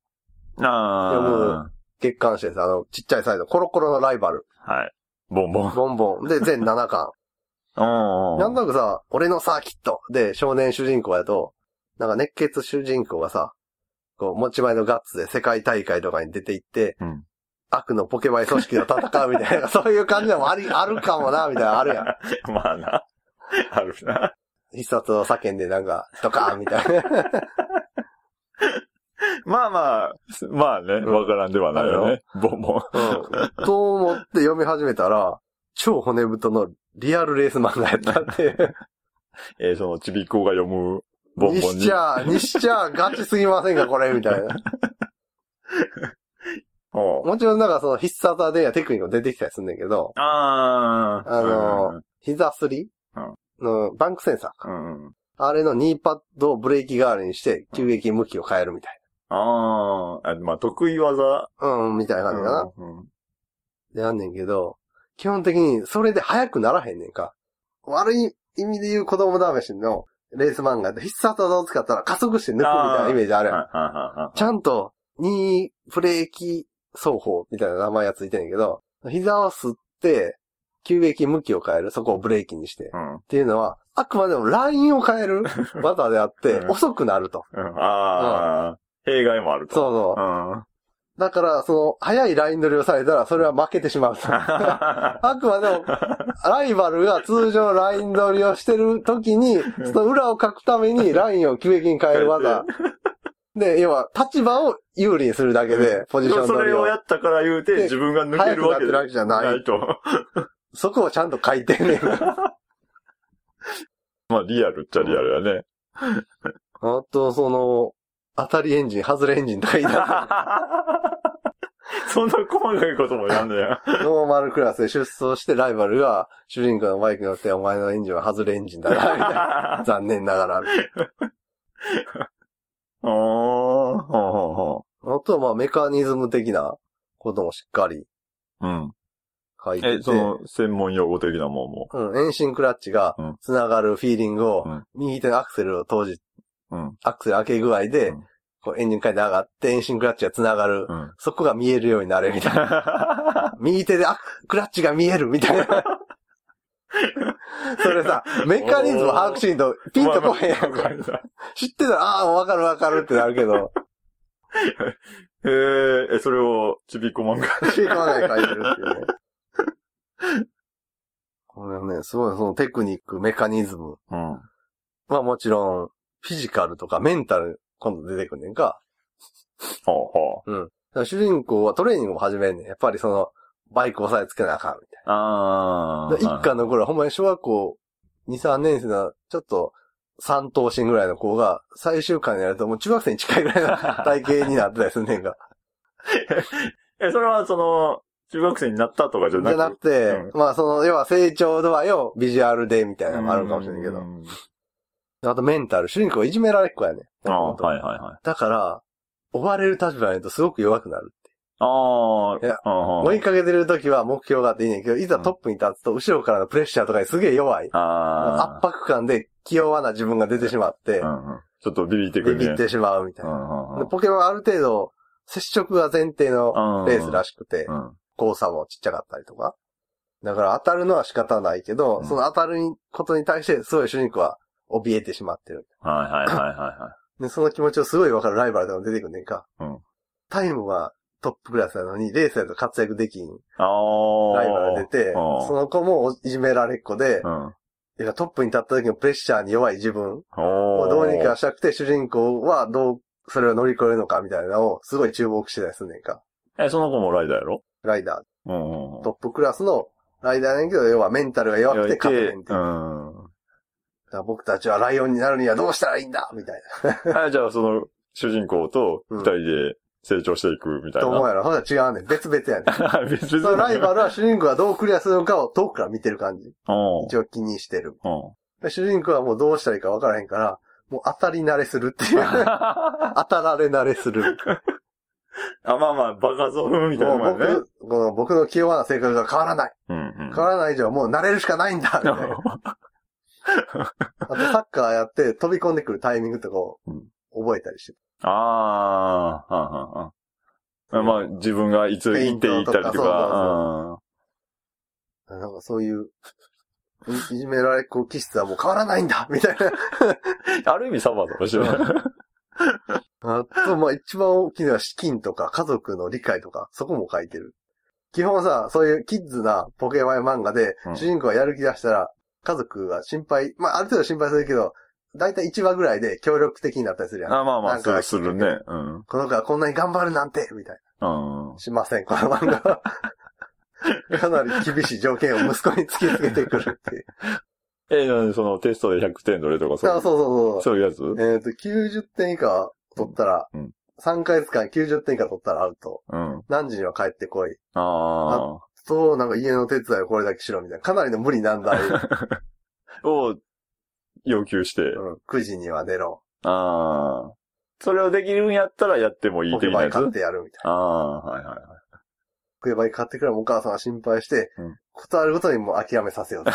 Speaker 2: あ
Speaker 1: 月刊誌です。あの、ちっちゃいサイズ、コロコロのライバル。
Speaker 2: あ。はい。ボンボン。
Speaker 1: ボンボン。で、全7巻。
Speaker 2: うん。
Speaker 1: なんとなくさ、俺のサーキットで少年主人公やと、なんか熱血主人公がさ、こう、持ち前のガッツで世界大会とかに出て行って、
Speaker 2: うん
Speaker 1: 悪のポケバイ組織と戦うみたい
Speaker 2: [LAUGHS]
Speaker 1: な、そういう感じでもあり、あるかもな、みたいな、あるやん。
Speaker 2: [LAUGHS] まあな。あるな。
Speaker 1: 必殺を叫んでなんか、ドカーンみたいな。
Speaker 2: まあまあ、まあね、わからんではないよね。ボンボン。
Speaker 1: うんと思って読み始めたら、超骨太のリアルレース漫画やったっていう。
Speaker 2: えー、その、ちびっこが読むボン
Speaker 1: に
Speaker 2: ボン
Speaker 1: し
Speaker 2: に
Speaker 1: ち。ゃ、にしちゃ、ガチすぎませんか、これ、みたいな。
Speaker 2: おう
Speaker 1: もちろんなんかその必殺技やテクニックも出てきたりすんねんけど、
Speaker 2: ああ。
Speaker 1: あの、膝すり
Speaker 2: うん
Speaker 1: のバンクセンサーか。
Speaker 2: うん。うん。
Speaker 1: あれのニーパッドをブレーキ代わりにして、急激に向きを変えるみたい
Speaker 2: あーあ、まあ、得意技。
Speaker 1: な。うん、みたいな感じかな。
Speaker 2: うん
Speaker 1: で、あんねんけど、基本的にそれで速くならへんねんか。悪い意味で言う子供試しのレース漫画って必殺技を使ったら加速して抜くみたいなイメージあるやん。
Speaker 2: はいはいはいはい
Speaker 1: ちゃんと、ニーブレーキ奏法みたいな名前がついてんやけど、膝を吸って、急激に向きを変える、そこをブレーキにして。っ
Speaker 2: うん。
Speaker 1: ていうのは、あくまでもラインを変える [LAUGHS] 技であって、
Speaker 2: うん
Speaker 1: 遅くなると。
Speaker 2: うんああ、弊害もあると。。
Speaker 1: そうそう
Speaker 2: ん。
Speaker 1: う。だから、その、速いライン取りをされたら、それは負けてしま
Speaker 2: [LAUGHS]
Speaker 1: うと。あくまでも、ライバルが通常ライン取りをしてる時に、その裏をかくためにラインを急激に変える
Speaker 2: [LAUGHS]
Speaker 1: 技。で、要は、立場を有利にするだけで、ポジション
Speaker 2: そ
Speaker 1: 取り
Speaker 2: れ
Speaker 1: を
Speaker 2: を。やったから言うて、
Speaker 1: で
Speaker 2: 自分が抜け
Speaker 1: 早く
Speaker 2: る
Speaker 1: な
Speaker 2: わ
Speaker 1: って
Speaker 2: け
Speaker 1: るわけじゃな。
Speaker 2: ないいと。 [LAUGHS]
Speaker 1: そこをちゃんと書いてんね [LAUGHS] ん。
Speaker 2: まあ、リアルっちゃリアルやね。 [LAUGHS]
Speaker 1: あと、その、当たりエンジン、外れエンジンとか言い出す
Speaker 2: そんな細かいこともやんねや。
Speaker 1: [LAUGHS] ノーマルクラスで出走してライバルが主人公のバイクに乗ってお前のエンジンは外れエンジンだな、み [LAUGHS] たいな。残念ながら。
Speaker 2: [LAUGHS] おー、ほうほうほ
Speaker 1: あとはまあメカニズム的なこともしっかり
Speaker 2: う。うん。
Speaker 1: 書いて
Speaker 2: え、
Speaker 1: て。
Speaker 2: その、専門用語的なもんも。
Speaker 1: うん、遠心クラッチが
Speaker 2: うん
Speaker 1: つながるフィーリングを
Speaker 2: うん、
Speaker 1: 右手のアクセルを当時、
Speaker 2: うん。
Speaker 1: アクセル開け具合で
Speaker 2: うん、
Speaker 1: こうエンジン回転上がって遠心クラッチがつながる
Speaker 2: う。ん。
Speaker 1: そこが見えるようになるみたいな。右手でアククラッチが見えるみたいな。 [LAUGHS] それさ、メカニズム把握しんと [LAUGHS] ピンとこへんやん
Speaker 2: ま
Speaker 1: か
Speaker 2: あま。あわか
Speaker 1: 知ってたら、ああ、わかるわかるってなるけど、
Speaker 2: るなへー [LAUGHS] え、それを、ちびっこ漫画。
Speaker 1: 知らない書いてるっていうね。これはね、すごいそのテクニック、メカニズム。
Speaker 2: うん。
Speaker 1: まあもちろん、フィジカルとかメンタル、今度出てくんねんか。
Speaker 2: ほうほ
Speaker 1: だから主人公はトレーニングも始めんねん。やっぱりその、バイク押さえつけなあかんみた
Speaker 2: う。あ
Speaker 1: いな。で一家の頃はほんまに小学校2、3年生の、ちょっと、三等身ぐらいの子が、最終回になるともう中学生に近いぐらい
Speaker 2: [LAUGHS]
Speaker 1: の体型になってたりすんねんか。
Speaker 2: え、それはその、中学生になったとかじゃ
Speaker 1: じ
Speaker 2: [LAUGHS] なく
Speaker 1: ゃなくて、まあその、要は成長度合いをビジュアルでみたいなのもあるかもしれないけ
Speaker 2: う
Speaker 1: ど。
Speaker 2: ん
Speaker 1: あとメンタル、主人公いじめられっ子やねん。
Speaker 2: ああ、はいはいはい。
Speaker 1: だから、追われる立場になるとすごく弱くなる。
Speaker 2: ああ、
Speaker 1: いや
Speaker 2: あ
Speaker 1: 追いかけてる時は目標があっていいねんけど、いざトップに立つと後ろからのプレッシャーとかにすげえ弱い。
Speaker 2: あ
Speaker 1: 圧迫感で気弱な自分が出てしまって
Speaker 2: ー、うんうんちょっとビビってく
Speaker 1: ビ
Speaker 2: るね。
Speaker 1: ビってしまうみたいな。で
Speaker 2: う
Speaker 1: ポケモンはある程度、接触が前提の
Speaker 2: んうん。
Speaker 1: レースらしくて
Speaker 2: う、ん。
Speaker 1: 交差もちっちゃかったりとか。だから当たるのは仕方ないけど
Speaker 2: う、ん
Speaker 1: その当たることに対してすごい主人公は怯えてしまってる。
Speaker 2: はいはいはいはいはい。
Speaker 1: で、その気持ちをすごいわかるライバルでも出てくんねんか。
Speaker 2: うん
Speaker 1: タイムはトップクラスなのに、レースやと活躍できん。
Speaker 2: ああ。
Speaker 1: ライバルが出て、
Speaker 2: あー
Speaker 1: その子もいじめられっ子で
Speaker 2: う、ん。
Speaker 1: いやトップに立った時のプレッシャーに弱い自分
Speaker 2: お
Speaker 1: を
Speaker 2: ー
Speaker 1: どうにかしたくて、主人公はどう、それを乗り越えるのかみたいなのをすごい注目してたりすんねんか。
Speaker 2: え、その子もライダーやろ
Speaker 1: ライダ
Speaker 2: うんうんう
Speaker 1: ー、
Speaker 2: ん。
Speaker 1: トップクラスのライダーやねんけど、要はメンタルが弱くて勝てへんって
Speaker 2: う
Speaker 1: いう。だ
Speaker 2: ん。
Speaker 1: から僕たちはライオンになるにはどうしたらいいんだみたい
Speaker 2: あじゃあ、その、主人公と二人で成長していくみた
Speaker 1: な。と
Speaker 2: い
Speaker 1: 思う
Speaker 2: な。
Speaker 1: やろ。ほんなら違うねん。別々
Speaker 2: [LAUGHS]
Speaker 1: やねん。
Speaker 2: 別々
Speaker 1: そのライバ
Speaker 2: ル
Speaker 1: ルは主人公がどうクリアするのかを遠くから見てる感じ。
Speaker 2: うん。
Speaker 1: 一応気にしてる。
Speaker 2: うん。
Speaker 1: で主人公はもうどうしたらいいかわからへんから、もう当たり慣れするっていう。
Speaker 2: [LAUGHS]
Speaker 1: 当たられ慣れする。
Speaker 2: あ、まあまあ、バカゾーンみたい
Speaker 1: も
Speaker 2: な
Speaker 1: う
Speaker 2: もんね。
Speaker 1: 僕、この僕の器用な性格が変わらない。
Speaker 2: うんうん。
Speaker 1: 変わらない以上はもう慣れるしかないん
Speaker 2: [LAUGHS]
Speaker 1: だみたいなあとサッカーやって飛び込んでくるタイミングとかを
Speaker 2: うん
Speaker 1: 覚えたりして。
Speaker 2: ああ、はんはんはんまあまあ、自分がいつ行っていったりと
Speaker 1: ペイントとか
Speaker 2: か、
Speaker 1: なんかそういう、いいじめられっ子気質はもう変わらないんだみたいな。
Speaker 2: うんある意味サバサバして
Speaker 1: [LAUGHS]
Speaker 2: る。
Speaker 1: あと、まあ一番大きいのは資金とか家族の理解とか、そこも書いてる。基本さ、そういうキッズなポケモン漫画で
Speaker 2: う、ん
Speaker 1: 主人公がやる気出したら、家族が心配、まあある程度心配するけど、だいたい1話ぐらいで協力的になったりするやん。
Speaker 2: あまあま
Speaker 1: な
Speaker 2: あ、
Speaker 1: ん
Speaker 2: する
Speaker 1: か
Speaker 2: するね。うん。
Speaker 1: この子はこんなに頑張るなんてみたい
Speaker 2: うん
Speaker 1: な。。しません、この漫画は。
Speaker 2: [LAUGHS]
Speaker 1: かなり厳しい条件を息子に突きつけてくるっていう。
Speaker 2: え、なんでそのテストで100点取れとか、
Speaker 1: あそう
Speaker 2: そう
Speaker 1: そうそう。
Speaker 2: そういうやつうん。
Speaker 1: えっ、と、90点以下取ったら、
Speaker 2: うん
Speaker 1: 3ヶ月間90点以下取ったらアウト。
Speaker 2: あ
Speaker 1: 何時には帰ってこい。
Speaker 2: あ。
Speaker 1: と、なんか家の手伝いをこれだけしろみたいな。かなりの無理なんだ。
Speaker 2: [LAUGHS] を要求して。
Speaker 1: うん、9時には寝ろ。
Speaker 2: ああ。それをできるんやったらやってもいい
Speaker 1: ポ
Speaker 2: 的
Speaker 1: ケ
Speaker 2: な
Speaker 1: バ
Speaker 2: や
Speaker 1: イ
Speaker 2: つ。
Speaker 1: 買っ
Speaker 2: あ
Speaker 1: てやるみたいな。
Speaker 2: あー、はいはい。
Speaker 1: ポケバイ買ってくればお母さんは心配して、
Speaker 2: うん
Speaker 1: 断ることにもう諦めさせようと。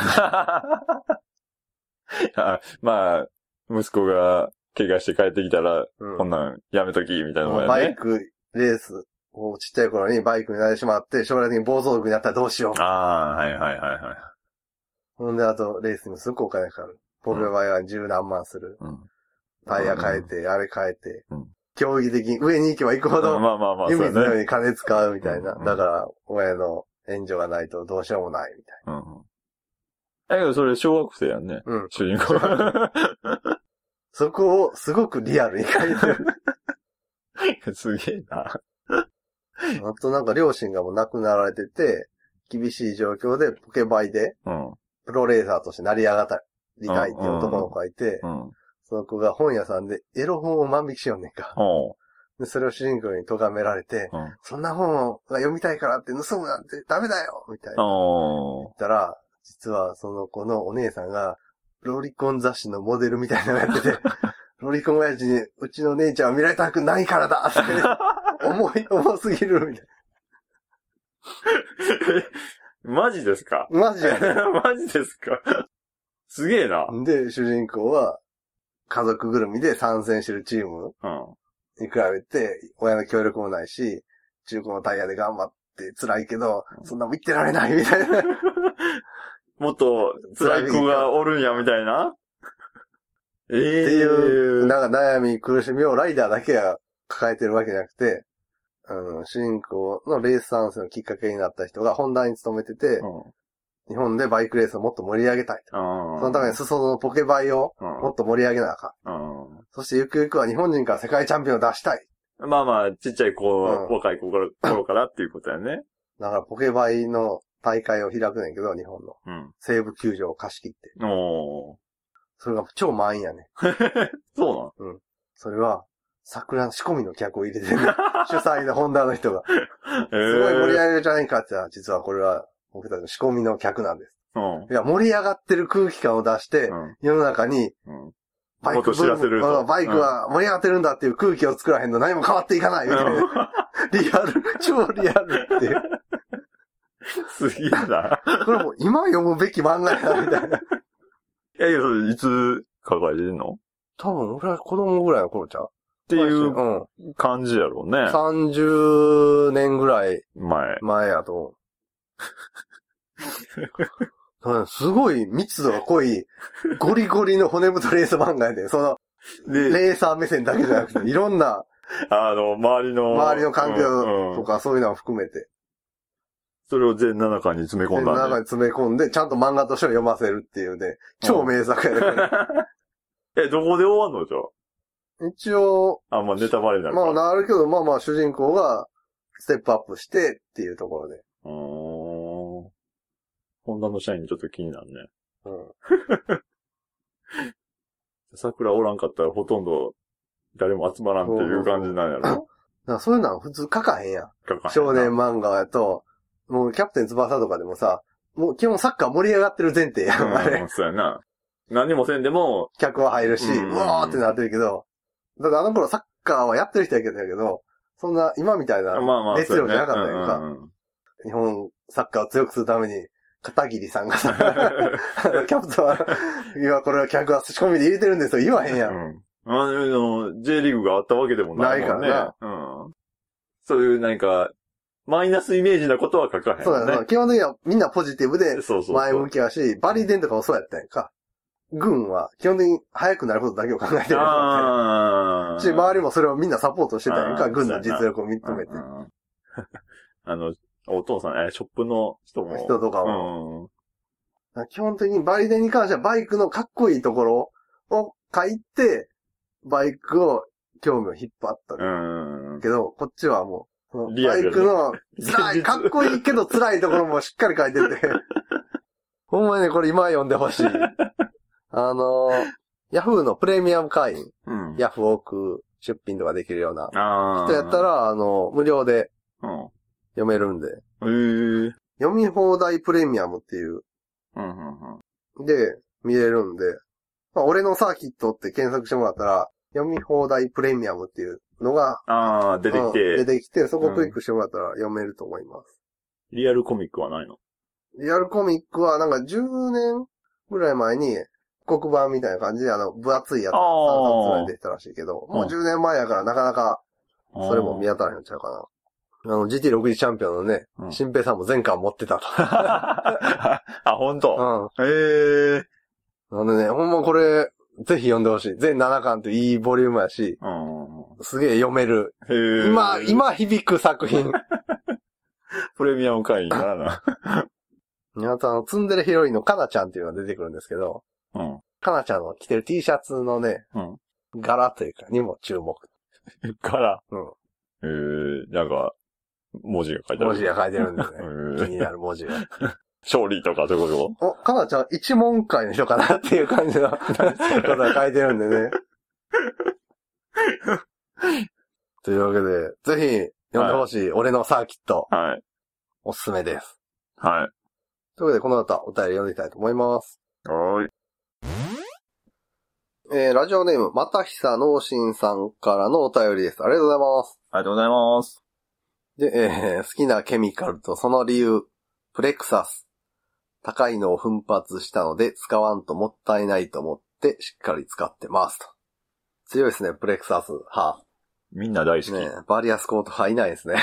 Speaker 1: [LAUGHS]
Speaker 2: あまあ、息子が怪我して帰ってきたら、
Speaker 1: うん
Speaker 2: [LAUGHS] こんなんやめとき、みたいなもん
Speaker 1: もう
Speaker 2: や
Speaker 1: バイ
Speaker 2: ね。
Speaker 1: ク、レースをちっちゃい頃にバイクになってしまって、将来的に暴走族になったらどうしよう。
Speaker 2: ああ、はいはいはいはい。
Speaker 1: ほんで、あと、レースにもすごくお金かかる。ポケバイは十何万する。
Speaker 2: うん。
Speaker 1: タイヤ変えて、あれ変えて
Speaker 2: うん。
Speaker 1: 競技的に上に行けば行くほ
Speaker 2: まあ
Speaker 1: ど、
Speaker 2: まあまあまあ、そ
Speaker 1: 湯
Speaker 2: う
Speaker 1: 水のよ
Speaker 2: や
Speaker 1: う
Speaker 2: ね。
Speaker 1: に金使うみたいな。
Speaker 2: うん
Speaker 1: だから、親の援助がないとどうしようもないみたい
Speaker 2: うんうん。だけどそれ小学生やんね。
Speaker 1: な。うん。
Speaker 2: 主人
Speaker 1: [LAUGHS]
Speaker 2: 公。
Speaker 1: そこをすごくリアルに書いてる。
Speaker 2: [LAUGHS] すげえな。
Speaker 1: あとなんか両親がもう亡くなられてて、厳しい状況でポケバイで
Speaker 2: うん。
Speaker 1: プロレーサーとして成り上がったりたいっていう男の子がいて
Speaker 2: う、ん。
Speaker 1: その子が本屋さんでエロ本を万引きしようねんか。
Speaker 2: おう
Speaker 1: で、それを主人公に咎められて、
Speaker 2: うん。
Speaker 1: そんな本が読みたいからって盗むなんてダメだよみたいな。言っ
Speaker 2: あ
Speaker 1: たら、実はその子のお姉さんが、ロリコン雑誌のモデルみたいなのやってて、ロリコン親父に、うちの姉ちゃんは見られたくないからだっ
Speaker 2: [LAUGHS]
Speaker 1: て、重い、重すぎるみたい
Speaker 2: ー。 [LAUGHS] マジですか
Speaker 1: な。マジで。
Speaker 2: [LAUGHS] マジですかすげえな。
Speaker 1: で、主人公は、家族ぐるみで参戦してるチーム
Speaker 2: うん。
Speaker 1: に比べて、親の協力もないし、中古のタイヤで頑張って辛いけど、そんなも言ってられないみたいな。
Speaker 2: もっと辛い子がおるんや、みたいな。ええ
Speaker 1: っていう、
Speaker 2: ー。
Speaker 1: なんか悩み、苦しみをライダーだけが抱えてるわけじゃなくて、うん、主人公のレース参戦のきっかけになった人がホンダに勤めてて
Speaker 2: う、ん
Speaker 1: 日本でバイクレースをもっと盛り上げたいと。
Speaker 2: うん。
Speaker 1: そのために裾野のポケバイを
Speaker 2: うん
Speaker 1: もっと盛り上げなあかん。
Speaker 2: う
Speaker 1: そしてゆくゆくは日本人から世界チャンピオンを出したい。
Speaker 2: ん。まあまあ、ちっちゃい子、
Speaker 1: うん
Speaker 2: 若い子から、頃からっていうことやね。
Speaker 1: だからポケバイの大会を開くねんけど、日本の。
Speaker 2: うん。
Speaker 1: 西武球場を貸し切って。
Speaker 2: おー。
Speaker 1: それが超満員やね。
Speaker 2: そ
Speaker 1: それは、桜の仕込みの客を入れて
Speaker 2: [LAUGHS]
Speaker 1: る、主催のホンダの人が。
Speaker 2: うなんえー
Speaker 1: すごい盛り上げるじゃないかって言ったら、実はこれは僕たちの仕込みの客なんです。
Speaker 2: うん。
Speaker 1: いや、盛り上がってる空気感を出して、
Speaker 2: うん
Speaker 1: 世の中に、
Speaker 2: うん。
Speaker 1: [LAUGHS] バイ
Speaker 2: もっと
Speaker 1: ク
Speaker 2: 知らせると
Speaker 1: うんバイクは盛り上がってるんだっていう空気を作らへんの何も変わっていかないみたいな。リアル、超リアルっていう。
Speaker 2: すげえな。
Speaker 1: これもう今読むべき漫画やな、みたいな。
Speaker 2: いやいや、それいつ書かれてんのっ
Speaker 1: [LAUGHS] 多分、俺は子供ぐらいの頃ちゃうって。
Speaker 2: いううん感じやろうね。
Speaker 1: 30年ぐらい
Speaker 2: 前。
Speaker 1: 前やと思 [LAUGHS] う。うんすごい密度が濃い、ゴリゴリの骨太レース漫画やで、その、
Speaker 2: で、
Speaker 1: [LAUGHS] レーサー目線だけじゃな
Speaker 2: [LAUGHS]
Speaker 1: くて、いろんな
Speaker 2: あの、周りの。
Speaker 1: 周りの環境と
Speaker 2: か。
Speaker 1: かそういうのを含めて、
Speaker 2: それを全7巻に詰め込ん
Speaker 1: の中
Speaker 2: だ
Speaker 1: に
Speaker 2: ね。
Speaker 1: 詰め込んで、ちゃんと漫画としては読ませるっていうね、超名作やでこれ。
Speaker 2: え、どこで終わんのじゃ [LAUGHS]
Speaker 1: 一応、
Speaker 2: あ。あんまあネタバレになるか。
Speaker 1: まあなるけど、まあまあ主人公がステップアップしてっていうところで。
Speaker 2: うーん。ホンダの社員ちょっと気になるね。
Speaker 1: うん。
Speaker 2: 桜おらんかったらほとんど誰も集まらんっていう感じなんやろ。
Speaker 1: だからそういうのは普通書かへんやん。
Speaker 2: 書かへんな
Speaker 1: 少年。漫画やと、もうキャプテン翼とかでもさ、もう基本サッカー盛り上がってる前提やん、あ
Speaker 2: う
Speaker 1: れ。
Speaker 2: ん、そうやな。何もせんでも、
Speaker 1: 客は入るし、
Speaker 2: うん
Speaker 1: うわーってなってるけど、だからあの頃サッカーはやってる人やけど、そんな今みたい
Speaker 2: ま
Speaker 1: な
Speaker 2: あまあ、
Speaker 1: 熱量じゃなかったやんか。
Speaker 2: そうやね
Speaker 1: 日本サッカーを強くするために、片桐さんがさ、 [LAUGHS]
Speaker 2: [LAUGHS] うんうん
Speaker 1: あのキャプテンは、いや、これは客は仕込みで入れてるんですよ、言わへんやん。
Speaker 2: うん。あの、J リーグがあったわけでもないもん
Speaker 1: な
Speaker 2: ね。
Speaker 1: いから
Speaker 2: うん。そういうなんか、マイナスイメージなことは書かへん、ね。
Speaker 1: そうだよ、基本的にはみんなポジティブで
Speaker 2: そう、そうそう。
Speaker 1: 前向きやし、バリデンとかもそうやったやんか。軍は基本的に早くなることだけを考えてるやんか。
Speaker 2: ああ。
Speaker 1: し、周りもそれをみんなサポートしてたやん
Speaker 2: あ
Speaker 1: か、
Speaker 2: ー
Speaker 1: 軍の実力を認めて。
Speaker 2: うんうんあの、お父さん、え、ショップの人も。
Speaker 1: 人とか
Speaker 2: も。
Speaker 1: 基本的にバリデンに関してはバイクのかっこいいところを書いて、バイクを興味を引っ張った
Speaker 2: うん。うん。
Speaker 1: けど、こっちはもう、その
Speaker 2: リア
Speaker 1: バ
Speaker 2: ル
Speaker 1: イ
Speaker 2: やね
Speaker 1: クの
Speaker 2: 現
Speaker 1: 辛い、
Speaker 2: 実
Speaker 1: かっこいいけど辛いところもしっかり書いて
Speaker 2: [LAUGHS]
Speaker 1: て。ほんまにね、これ今読んでほしい。あのー、ヤフーのプレミアム会員、
Speaker 2: うん。
Speaker 1: ヤフオク出品とかできるような
Speaker 2: ああ。
Speaker 1: 人やった。ら、あの、無料で
Speaker 2: うん。
Speaker 1: 読めるんで、
Speaker 2: ええ。うん
Speaker 1: 読み放題プレミアムっていう
Speaker 2: うんうん。
Speaker 1: で、見れるんで、まあ、俺のサーキットって検索してもらったら、読み放題プレミアムっていうのが、
Speaker 2: ああ、出てき
Speaker 1: うん
Speaker 2: て、
Speaker 1: 出てきて、そこをクリックしてもらったら読めると思います。
Speaker 2: リアルコミックはないの
Speaker 1: リアルコミックはなんか10年ぐらい前に、黒板みたいな感じで、あの、分厚いやつ、
Speaker 2: あー
Speaker 1: 3冊ぐらい出てたらしいけど、もううん10年前やからなかなか、それも見
Speaker 2: や。
Speaker 1: 当たらへんちゃうかな。あの、GT61 チャンピオンのね
Speaker 2: う、ん
Speaker 1: 新平さんも前回持ってた
Speaker 2: [LAUGHS]
Speaker 1: と。
Speaker 2: あ、ほんと。
Speaker 1: うん。
Speaker 2: ええ。
Speaker 1: なんでね、ほんまこれ、ぜひ読んでほしい。全7巻っていいボリュームやし、
Speaker 2: うん。
Speaker 1: すげえ読める
Speaker 2: へー
Speaker 1: 今、。今響く作品。 [LAUGHS]
Speaker 2: プレミアム会員ならな。
Speaker 1: あとあの、ツンデレヒロインのカナちゃんっていうのが出てくるんですけど、
Speaker 2: うん。
Speaker 1: カナちゃんの着てる T シャツのね、
Speaker 2: うん
Speaker 1: 柄というか、にも注目。
Speaker 2: から、
Speaker 1: うん。
Speaker 2: ええ、なんか、文字が書いてある。
Speaker 1: 文字が書いてるんですね。 [LAUGHS] 気
Speaker 2: え
Speaker 1: に
Speaker 2: え
Speaker 1: なる文字が。 [LAUGHS]
Speaker 2: 勝利とかそういうこと
Speaker 1: お、カナちゃん一問会の人かなっていう感 [LAUGHS] じの [LAUGHS] ことが書いてるんでね。というわけで、ぜひ、読んでほしい、俺のサーキット、
Speaker 2: はい。
Speaker 1: おすすめです。
Speaker 2: はい。
Speaker 1: というわけで、この後、お便り読んでいきたいと思います。
Speaker 2: はーい。
Speaker 1: えー、ラジオネーム、またひさのうしんさんからのお便りです。ありがとうございます。
Speaker 2: ありがとうございます。
Speaker 1: で、えー好きなケミカルとその理由、プレクサス。高いのを奮発したので使わんともったいないと思ってしっかり使ってますと。強いですね、プレクサス派。
Speaker 2: みんな大好き。
Speaker 1: ねえバリアスコート派いないですね。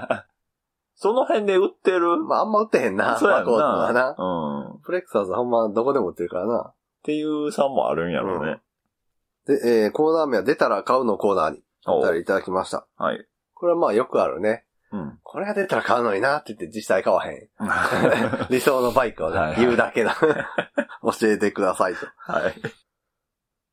Speaker 2: [LAUGHS] その辺で売ってる
Speaker 1: まああんま売ってへんな、
Speaker 2: そうや
Speaker 1: バコートは
Speaker 2: んな
Speaker 1: な。。
Speaker 2: うん。っ
Speaker 1: プレクサスはほんまどこでも売ってるからな。
Speaker 2: ていうさんもあるんやろうね。
Speaker 1: で、えーコーナー名は出たら買うのコーナーにお
Speaker 2: お
Speaker 1: 便りいただきました。
Speaker 2: はい。
Speaker 1: これはまあよくあるね。 [LAUGHS]
Speaker 2: うん。
Speaker 1: これが出たら買うのになって言って実際買わへん。[LAUGHS]
Speaker 2: は
Speaker 1: 理想のバイクを
Speaker 2: はい
Speaker 1: ね
Speaker 2: は、い
Speaker 1: 言うだけだ。 [LAUGHS] 教えてくださいと。
Speaker 2: い。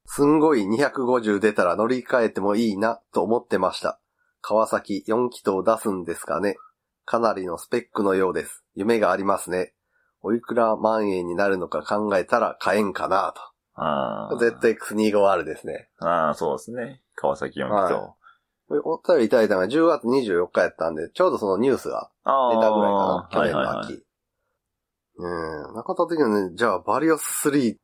Speaker 1: すんごい250出たら乗り換えてもいいなと思ってました。川崎4気筒出すんですかねかなりのスペックのようです。夢がありますね。おいくら万円になるのか考えたら買えんかな
Speaker 2: あ
Speaker 1: と。
Speaker 2: あ。
Speaker 1: ZX25R ですね。
Speaker 2: ああ、そうですね。川崎四木
Speaker 1: は
Speaker 2: と。
Speaker 1: これお便りいただいたのが10月24日やったんで、ちょうどそのニュースが
Speaker 2: あ
Speaker 1: 出
Speaker 2: あ。
Speaker 1: たぐらいかな、去年の
Speaker 2: はいはい
Speaker 1: 秋。うん、中田的にはね、じゃあバリオス3、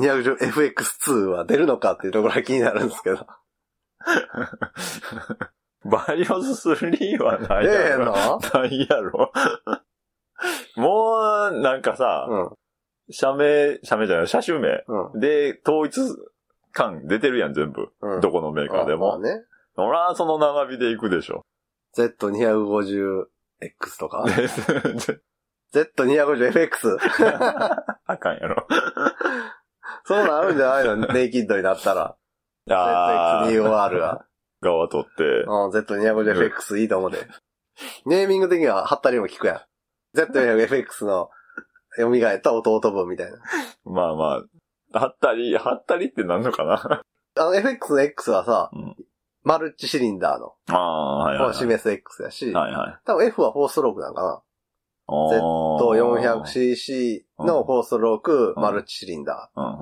Speaker 1: GSX210FX2 は出るのかっていうところが気になるんですけど。
Speaker 2: はい。バイオス3はない
Speaker 1: 出えへ
Speaker 2: や
Speaker 1: ん
Speaker 2: ろ。
Speaker 1: の
Speaker 2: ないやろ。 [LAUGHS] もう、なんか [LAUGHS] さ、
Speaker 1: うん、
Speaker 2: 社名、社名じゃない、車種名。
Speaker 1: うん、
Speaker 2: で、統一感出てるやん、全部。
Speaker 1: うん。
Speaker 2: どこのメーカーで
Speaker 1: あ
Speaker 2: も。
Speaker 1: まあね。
Speaker 2: ほら、その並びで行くでしょ。
Speaker 1: Z250X とか ?Z250FX?
Speaker 2: [LAUGHS] あかんやろ。
Speaker 1: そうなるんじゃない
Speaker 2: [LAUGHS]
Speaker 1: のネイキッドになったら。
Speaker 2: あー
Speaker 1: ZX2OR は。
Speaker 2: 側取って。
Speaker 1: うん、Z250FX いいと思うで。ネーミング的には、ハッタリも効くやん。Z250FX の、蘇った弟分みたいな。
Speaker 2: まあまあ。はったり、はったりってなんのか [LAUGHS] な
Speaker 1: あの、FX の X はさ、
Speaker 2: うん
Speaker 1: マルチシリンダーの、
Speaker 2: ああ、はいはい、
Speaker 1: を
Speaker 2: はい。
Speaker 1: 示す X やし、
Speaker 2: はいはい。
Speaker 1: 多分 F は4ストロークなんかな。
Speaker 2: おー
Speaker 1: と
Speaker 2: うん
Speaker 1: 400cc の4ストローク
Speaker 2: うん
Speaker 1: マルチシリンダ
Speaker 2: う
Speaker 1: ー。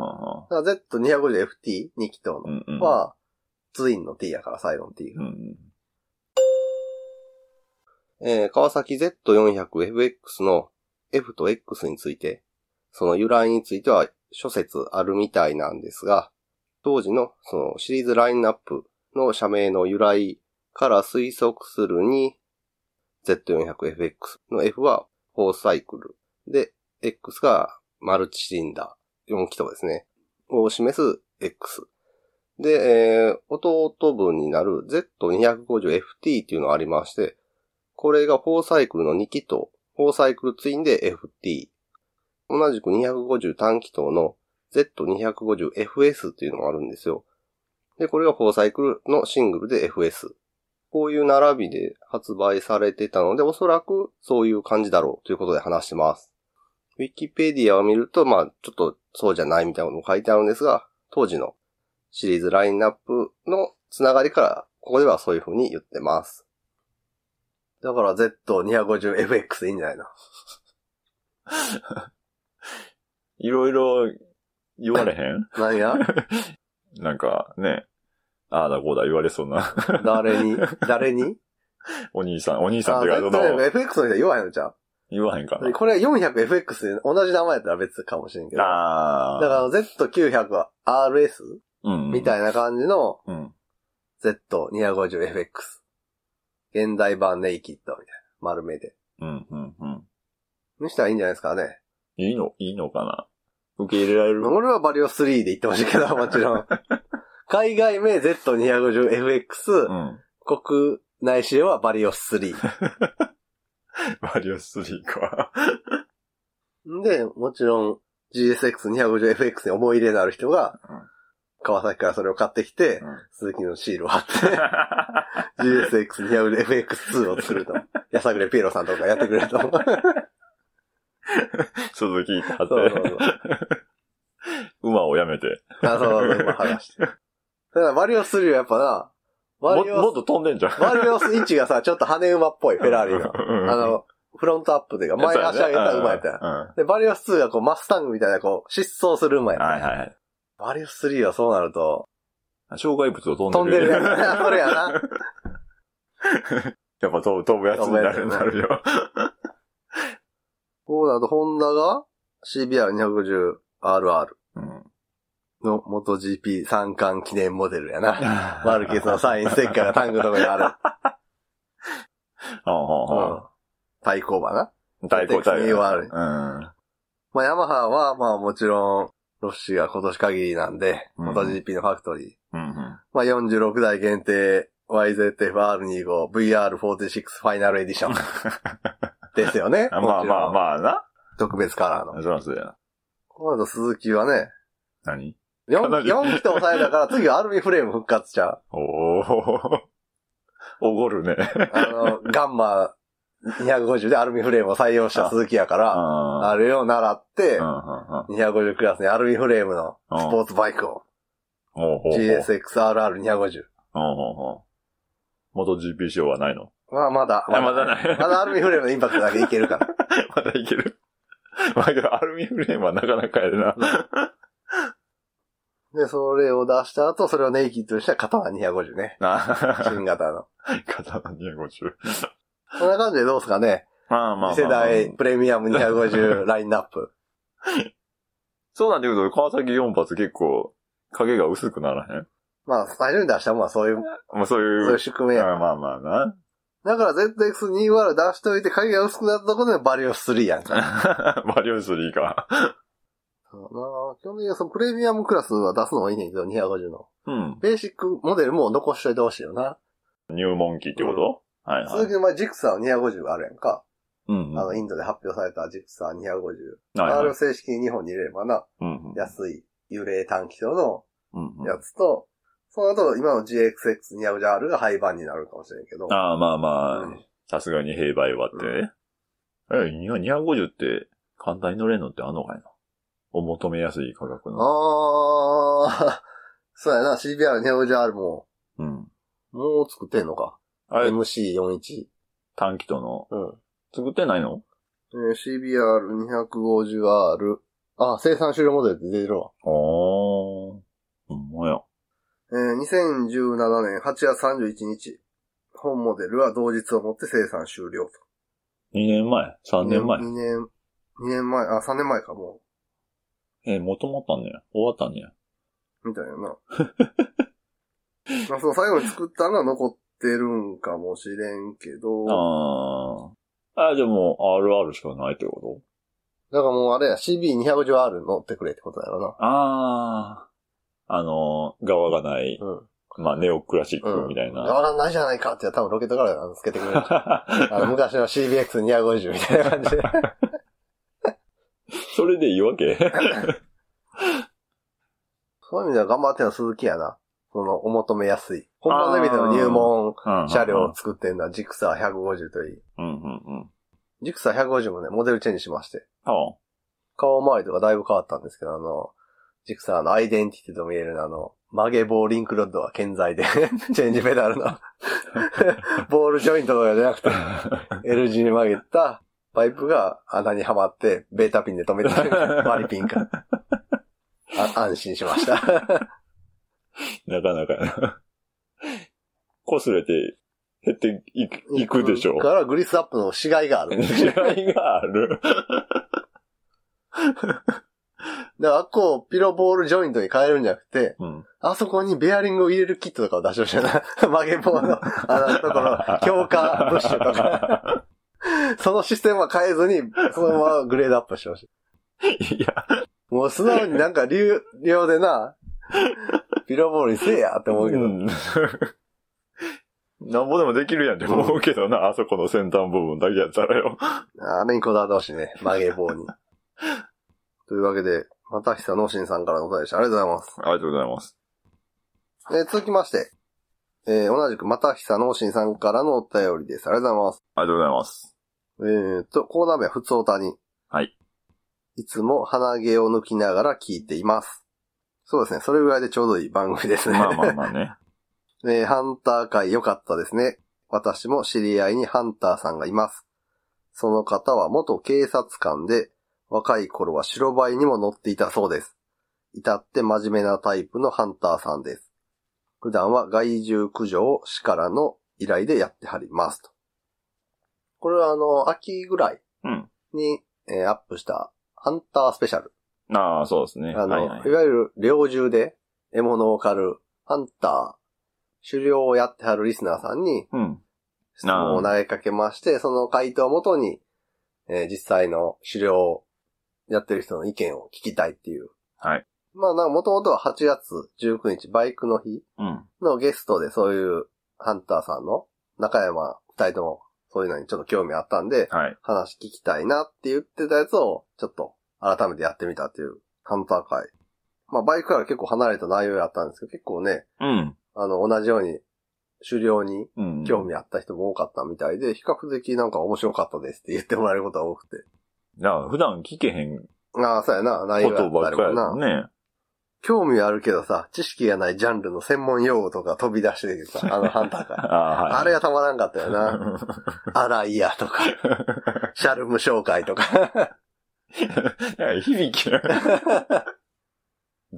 Speaker 1: だから Z250FT、2気筒の、
Speaker 2: んうんうん。
Speaker 1: は、ツインの T やから、サイロン T
Speaker 2: う
Speaker 1: が。
Speaker 2: ん。
Speaker 1: えー川崎 Z400FX の F と X について、その由来については諸説あるみたいなんですが、当時のそのシリーズラインナップの社名の由来から推測するに、Z400FX の F は4サイクルで、X がマルチシリンダー、4気筒ですね、を示す X。で、えー弟分になる Z250FT っていうのがありまして、これが4サイクルの2気筒、4サイクルツインで FT。同じく250単気筒の Z250FS っていうのがあるんですよ。で、これが4サイクルのシングルで FS。こういう並びで発売されてたので、おそらくそういう感じだろうということで話してます。ウィキペディアを見ると、まあ、ちょっとそうじゃないみたいなことも書いてあるんですが、当時のシリーズラインナップのつながりから、ここではそういう風に言ってます。だから Z250FX でいいんじゃないの
Speaker 2: いろいろ言われへん
Speaker 1: 何や
Speaker 2: なんかね、ああだこうだ言われそうな。 [LAUGHS]
Speaker 1: 誰に誰に
Speaker 2: お兄さん、お兄さん
Speaker 1: あ、
Speaker 2: ってか、その、
Speaker 1: Z250FX の人は弱いのじゃ
Speaker 2: 言わへんか
Speaker 1: ん。これ 400FX で同じ名前やったら別かもしれんけど。
Speaker 2: な。
Speaker 1: だ
Speaker 2: ああ。
Speaker 1: から Z900 は RS?
Speaker 2: うん。
Speaker 1: みたいな感じの
Speaker 2: うん
Speaker 1: Z250FX。現代版ネイキッドみたいな。丸目で。
Speaker 2: うん、うん、うん。
Speaker 1: にしたらいいんじゃないですかね。
Speaker 2: いいの、いいのかな受け入れられる
Speaker 1: 俺はバリオ3で言ってほしいけど、もちろ
Speaker 2: [LAUGHS]
Speaker 1: ん。海外名 Z250FX、
Speaker 2: うん。 [LAUGHS]
Speaker 1: 国内仕様はバリオ3。
Speaker 2: バリオス3か。
Speaker 1: [LAUGHS] で、もちろん GSX250FX に思い入れのある人が
Speaker 2: うん、
Speaker 1: 川崎からそれを買ってきて、
Speaker 2: うん
Speaker 1: 鈴木のシールを貼って、GSX250FX2 を作る
Speaker 2: [LAUGHS]
Speaker 1: と。やさぐれピエロさんとかやってくれると。そう
Speaker 2: 続き、あっ
Speaker 1: そうそ
Speaker 2: て、
Speaker 1: う。
Speaker 2: 馬をやめて。
Speaker 1: あ、そうそう、今話して。だからバリオス3はやっぱな、バ
Speaker 2: も
Speaker 1: リ
Speaker 2: も
Speaker 1: オ
Speaker 2: っ
Speaker 1: ス、
Speaker 2: と飛んでんじゃん。
Speaker 1: バリオス1がさ、ちょっと羽馬っぽい、フェラーリ
Speaker 2: [LAUGHS]
Speaker 1: の。
Speaker 2: の
Speaker 1: あ、の、フロントアップというか、前に足上げた馬やったやん
Speaker 2: は
Speaker 1: で、バリオス2がこう、マスタングみたいな、こう、失踪する馬やったや
Speaker 2: い
Speaker 1: ん
Speaker 2: はいはい。
Speaker 1: バリオス3はそうなると、
Speaker 2: 障害物を飛
Speaker 1: 飛
Speaker 2: ん
Speaker 1: ん
Speaker 2: で
Speaker 1: で
Speaker 2: る。
Speaker 1: るやつ。
Speaker 2: [LAUGHS]
Speaker 1: それやな。
Speaker 2: やっぱ飛ぶ、飛ぶやつになる、
Speaker 1: 飛ぶやつ
Speaker 2: なるよ。
Speaker 1: こうだと、ホンダが CBR250RR
Speaker 2: うん。
Speaker 1: の MotoGP 三冠記念モデルや
Speaker 2: [LAUGHS]
Speaker 1: な。マ [LAUGHS]
Speaker 2: マ
Speaker 1: ルケスの
Speaker 2: [LAUGHS]
Speaker 1: サインステッカーがタンクのとこにある。
Speaker 2: ああ、あ
Speaker 1: 対抗馬な。
Speaker 2: あ。対抗対
Speaker 1: テクニー
Speaker 2: 抗。
Speaker 1: はある
Speaker 2: うん。
Speaker 1: まあ、ヤマハは、まあもちろん、ロッシが今年限りなんで、
Speaker 2: うん
Speaker 1: MotoGP のファクトリー。
Speaker 2: うんうん。
Speaker 1: まあ46台限定 YZF-R25 VR46 ファイナルエディ
Speaker 2: [LAUGHS]
Speaker 1: ション。ですよね。
Speaker 2: あまあまあ
Speaker 1: あ。
Speaker 2: まあな。
Speaker 1: 特別カラーの。
Speaker 2: そうなんすよ。
Speaker 1: この後鈴木はね、
Speaker 2: 何
Speaker 1: 4,
Speaker 2: かなり
Speaker 1: 4機と抑えたから次はアルミフレーム復活ちゃう。
Speaker 2: おお。 [LAUGHS] おごるね。
Speaker 1: あ
Speaker 2: [LAUGHS]
Speaker 1: の、ガンマ250でアルミフレームを採用した鈴木やから、あ
Speaker 2: ある。
Speaker 1: れを習って
Speaker 2: う、んうんうん。
Speaker 1: 250クラスにアルミフレームのスポーツバイクを、
Speaker 2: おうほうほう。
Speaker 1: GSXRR250。
Speaker 2: おうほうほう。元 GP 賞はないの
Speaker 1: まあまだ、
Speaker 2: あまだない
Speaker 1: まだアルミフレームのインパクトだけいけるから。
Speaker 2: [LAUGHS] まだいける。まあけど、アルミフレームはなかなかやでな。
Speaker 1: で、それを出した後、それをネイキッドにした刀250ね。
Speaker 2: [LAUGHS] な
Speaker 1: 新型の。
Speaker 2: 刀250。
Speaker 1: [LAUGHS] そんな感じでどうすかね。
Speaker 2: まあまあまあまあ。
Speaker 1: 次世代プレミアム250ラインナップ。
Speaker 2: そうなんだけど、川崎4発結構、影が薄くならへん。
Speaker 1: まあ、最初に出したもんはそういう、
Speaker 2: まあそ
Speaker 1: そ
Speaker 2: う
Speaker 1: う
Speaker 2: い
Speaker 1: いう
Speaker 2: う。
Speaker 1: 宿命
Speaker 2: ま
Speaker 1: や。
Speaker 2: あまあまあな。
Speaker 1: だから ZX2R 出しといて影が薄くなったところでバリオス3やんか。
Speaker 2: [LAUGHS] マリオン3か。
Speaker 1: そうなあ基本的にそのプレミアムクラスは出すのもいいねんけど、250の。
Speaker 2: うん。
Speaker 1: ベーシックモデルも残しといてほしいよな。
Speaker 2: 入門期ってこと、はいはい。
Speaker 1: 鈴木の前、ジクサー250あるやんか。
Speaker 2: うんうん。
Speaker 1: あの、インドで発表されたジクサー250。
Speaker 2: はい
Speaker 1: あれ
Speaker 2: は
Speaker 1: を
Speaker 2: い。
Speaker 1: 正式に日本に入れればな、
Speaker 2: うんうん。
Speaker 1: 安い幽霊短期等の
Speaker 2: うんうん
Speaker 1: やつと、その後、今の GXX250R が廃盤になるかもしれんけど。
Speaker 2: ああ、まあ
Speaker 1: う
Speaker 2: まあ
Speaker 1: ん、
Speaker 2: さすがに兵売はってね。え、に250って簡単に乗れんのってあんのかいなお求めやすい価格の。
Speaker 1: あー、そうやな、CBR250R も、
Speaker 2: うん。
Speaker 1: もう作ってんのか。
Speaker 2: あれ、
Speaker 1: MC41。
Speaker 2: 短期との、
Speaker 1: うん。
Speaker 2: 作ってないの
Speaker 1: えー CBR250R。あ、生産終了モデルって出てるわ。
Speaker 2: おー。ほんまや。
Speaker 1: えー2017年8月31日。本モデルは同日をもって生産終了と。
Speaker 2: 2年前 ?3 年前
Speaker 1: ?2 年、2年前、あ、3年前かも
Speaker 2: え、もともったんねや。終わったんねや。
Speaker 1: う。みたいな。 [LAUGHS] まあ、そう、最後に作ったのは残ってるんかもしれんけど。
Speaker 2: あー。あ、じゃあもう RR しかないってこ
Speaker 1: だからもうあれや、CB250R 乗ってくれってことだよ
Speaker 2: とあー。あの、側がない、
Speaker 1: な。うん。
Speaker 2: まあネオクラシックみたいな。
Speaker 1: わらないじゃないかって言ったら多分ロケットからつけてくれる。あ [LAUGHS] の昔の CBX250 みたいな感じで。
Speaker 2: [LAUGHS] それでいいわけ
Speaker 1: [LAUGHS] そういう意味では頑張ってるのは鈴木やな。その、お求めやすい。本番の意味での入門車両を作ってんだ、ジクサー150といい。
Speaker 2: うんうんうん。
Speaker 1: ジクサー150もね、モデルチェンジしまして。
Speaker 2: ああ。
Speaker 1: 顔周りとかだいぶ変わったんですけど、あの、ジクサーのアイデンティティと見えるあの、曲げ棒リンクロッドは健在で、 [LAUGHS] チェンジペダルの、 [LAUGHS] ボールジョイントとかじゃなくて、L 字に曲げたパイプが穴にはまって、ベータピンで
Speaker 2: [LAUGHS]
Speaker 1: 止めてる。割りピンか。あ安心しました。
Speaker 2: [LAUGHS] なかなか [LAUGHS] やな。擦れて、減っていくいくでしょ
Speaker 1: だ。からグリスアップの死骸があ
Speaker 2: [LAUGHS]
Speaker 1: る。
Speaker 2: 違いがある。
Speaker 1: だから、こう、ピロボールジョイントに変えるんじゃなくて、
Speaker 2: うん。
Speaker 1: あそこにベアリングを入れるキットとかを出してほしい [LAUGHS] な。曲げ棒の、あの、ところ、
Speaker 2: [LAUGHS]
Speaker 1: 強化ブッシュとか、 [LAUGHS] そのシステムは変えずに、そのままグレードアップしてほしい。
Speaker 2: いや、
Speaker 1: もう素直になんか流、量でな、ピロボールにせえやって思うけど、
Speaker 2: ん。 [LAUGHS] なんぼでもできるやんって思うけどな、あそこの先端部分だけやったらよ。
Speaker 1: あれにこだわってほしいね。曲げ棒に。 [LAUGHS] というわけで、また久野新さんからのお便りでした。ありがとうございます。
Speaker 2: ありがとうございます。
Speaker 1: えー続きまして、えー同じくまた久野新さんからのお便りです。ありがとうございます。
Speaker 2: ありがとうございます。
Speaker 1: えーと、コーナー名は普通おたに。
Speaker 2: はい。
Speaker 1: いつも鼻毛を抜きながら聞いています。そうですね。それぐらいでちょうどいい番組ですね。
Speaker 2: まあまあまあね。
Speaker 1: [LAUGHS] えーハンター会良かったですね。私も知り合いにハンターさんがいます。その方は元警察官で、若い頃は白バイにも乗っていたそうです。至って真面目なタイプのハンターさんです。普段は害獣駆除を市からの依頼でやってはりますと。これはあの、秋ぐらい
Speaker 2: うん
Speaker 1: に、えーアップしたハンタースペシャル。
Speaker 2: ああ、そうですね。
Speaker 1: あの、
Speaker 2: はい
Speaker 1: い
Speaker 2: はい。
Speaker 1: わゆる猟銃で獲物を狩るハンター、狩猟をやってはるリスナーさんに
Speaker 2: うん。
Speaker 1: 質問を投げかけまして、その回答をもとに、えー実際の狩猟をやってる人の意見を聞きたいっていう。
Speaker 2: はい。
Speaker 1: まあ、もともとは8月19日バイクの日
Speaker 2: うん。
Speaker 1: のゲストでそういうハンターさんの中山二人ともそういうのにちょっと興味あったんで、
Speaker 2: はい。
Speaker 1: 話聞きたいなって言ってたやつを、ちょっと改めてやってみたっていう、ハンター会。まあ、バイクから結構離れた内容やったんですけど、結構ね、
Speaker 2: うん。
Speaker 1: あの、同じように、狩猟に
Speaker 2: うん。
Speaker 1: 興味あった人も多かったみたいで、比較的なんか面白かったですって言ってもらえることが多くて。
Speaker 2: だから普段聞けへんこ
Speaker 1: ああ、そうやな、内容や
Speaker 2: と
Speaker 1: った
Speaker 2: ば
Speaker 1: り
Speaker 2: っか
Speaker 1: も
Speaker 2: り
Speaker 1: な。
Speaker 2: ね。
Speaker 1: 興味はあるけどさ、知識がないジャンルの専門用語とか飛び出してきてさ、あのハンター
Speaker 2: [LAUGHS]
Speaker 1: 会。
Speaker 2: ああー、はい。
Speaker 1: あれがたまらんかったよ
Speaker 2: [LAUGHS]
Speaker 1: な。アライヤとか、シャルム紹介とか。
Speaker 2: なんか響き [LAUGHS] が。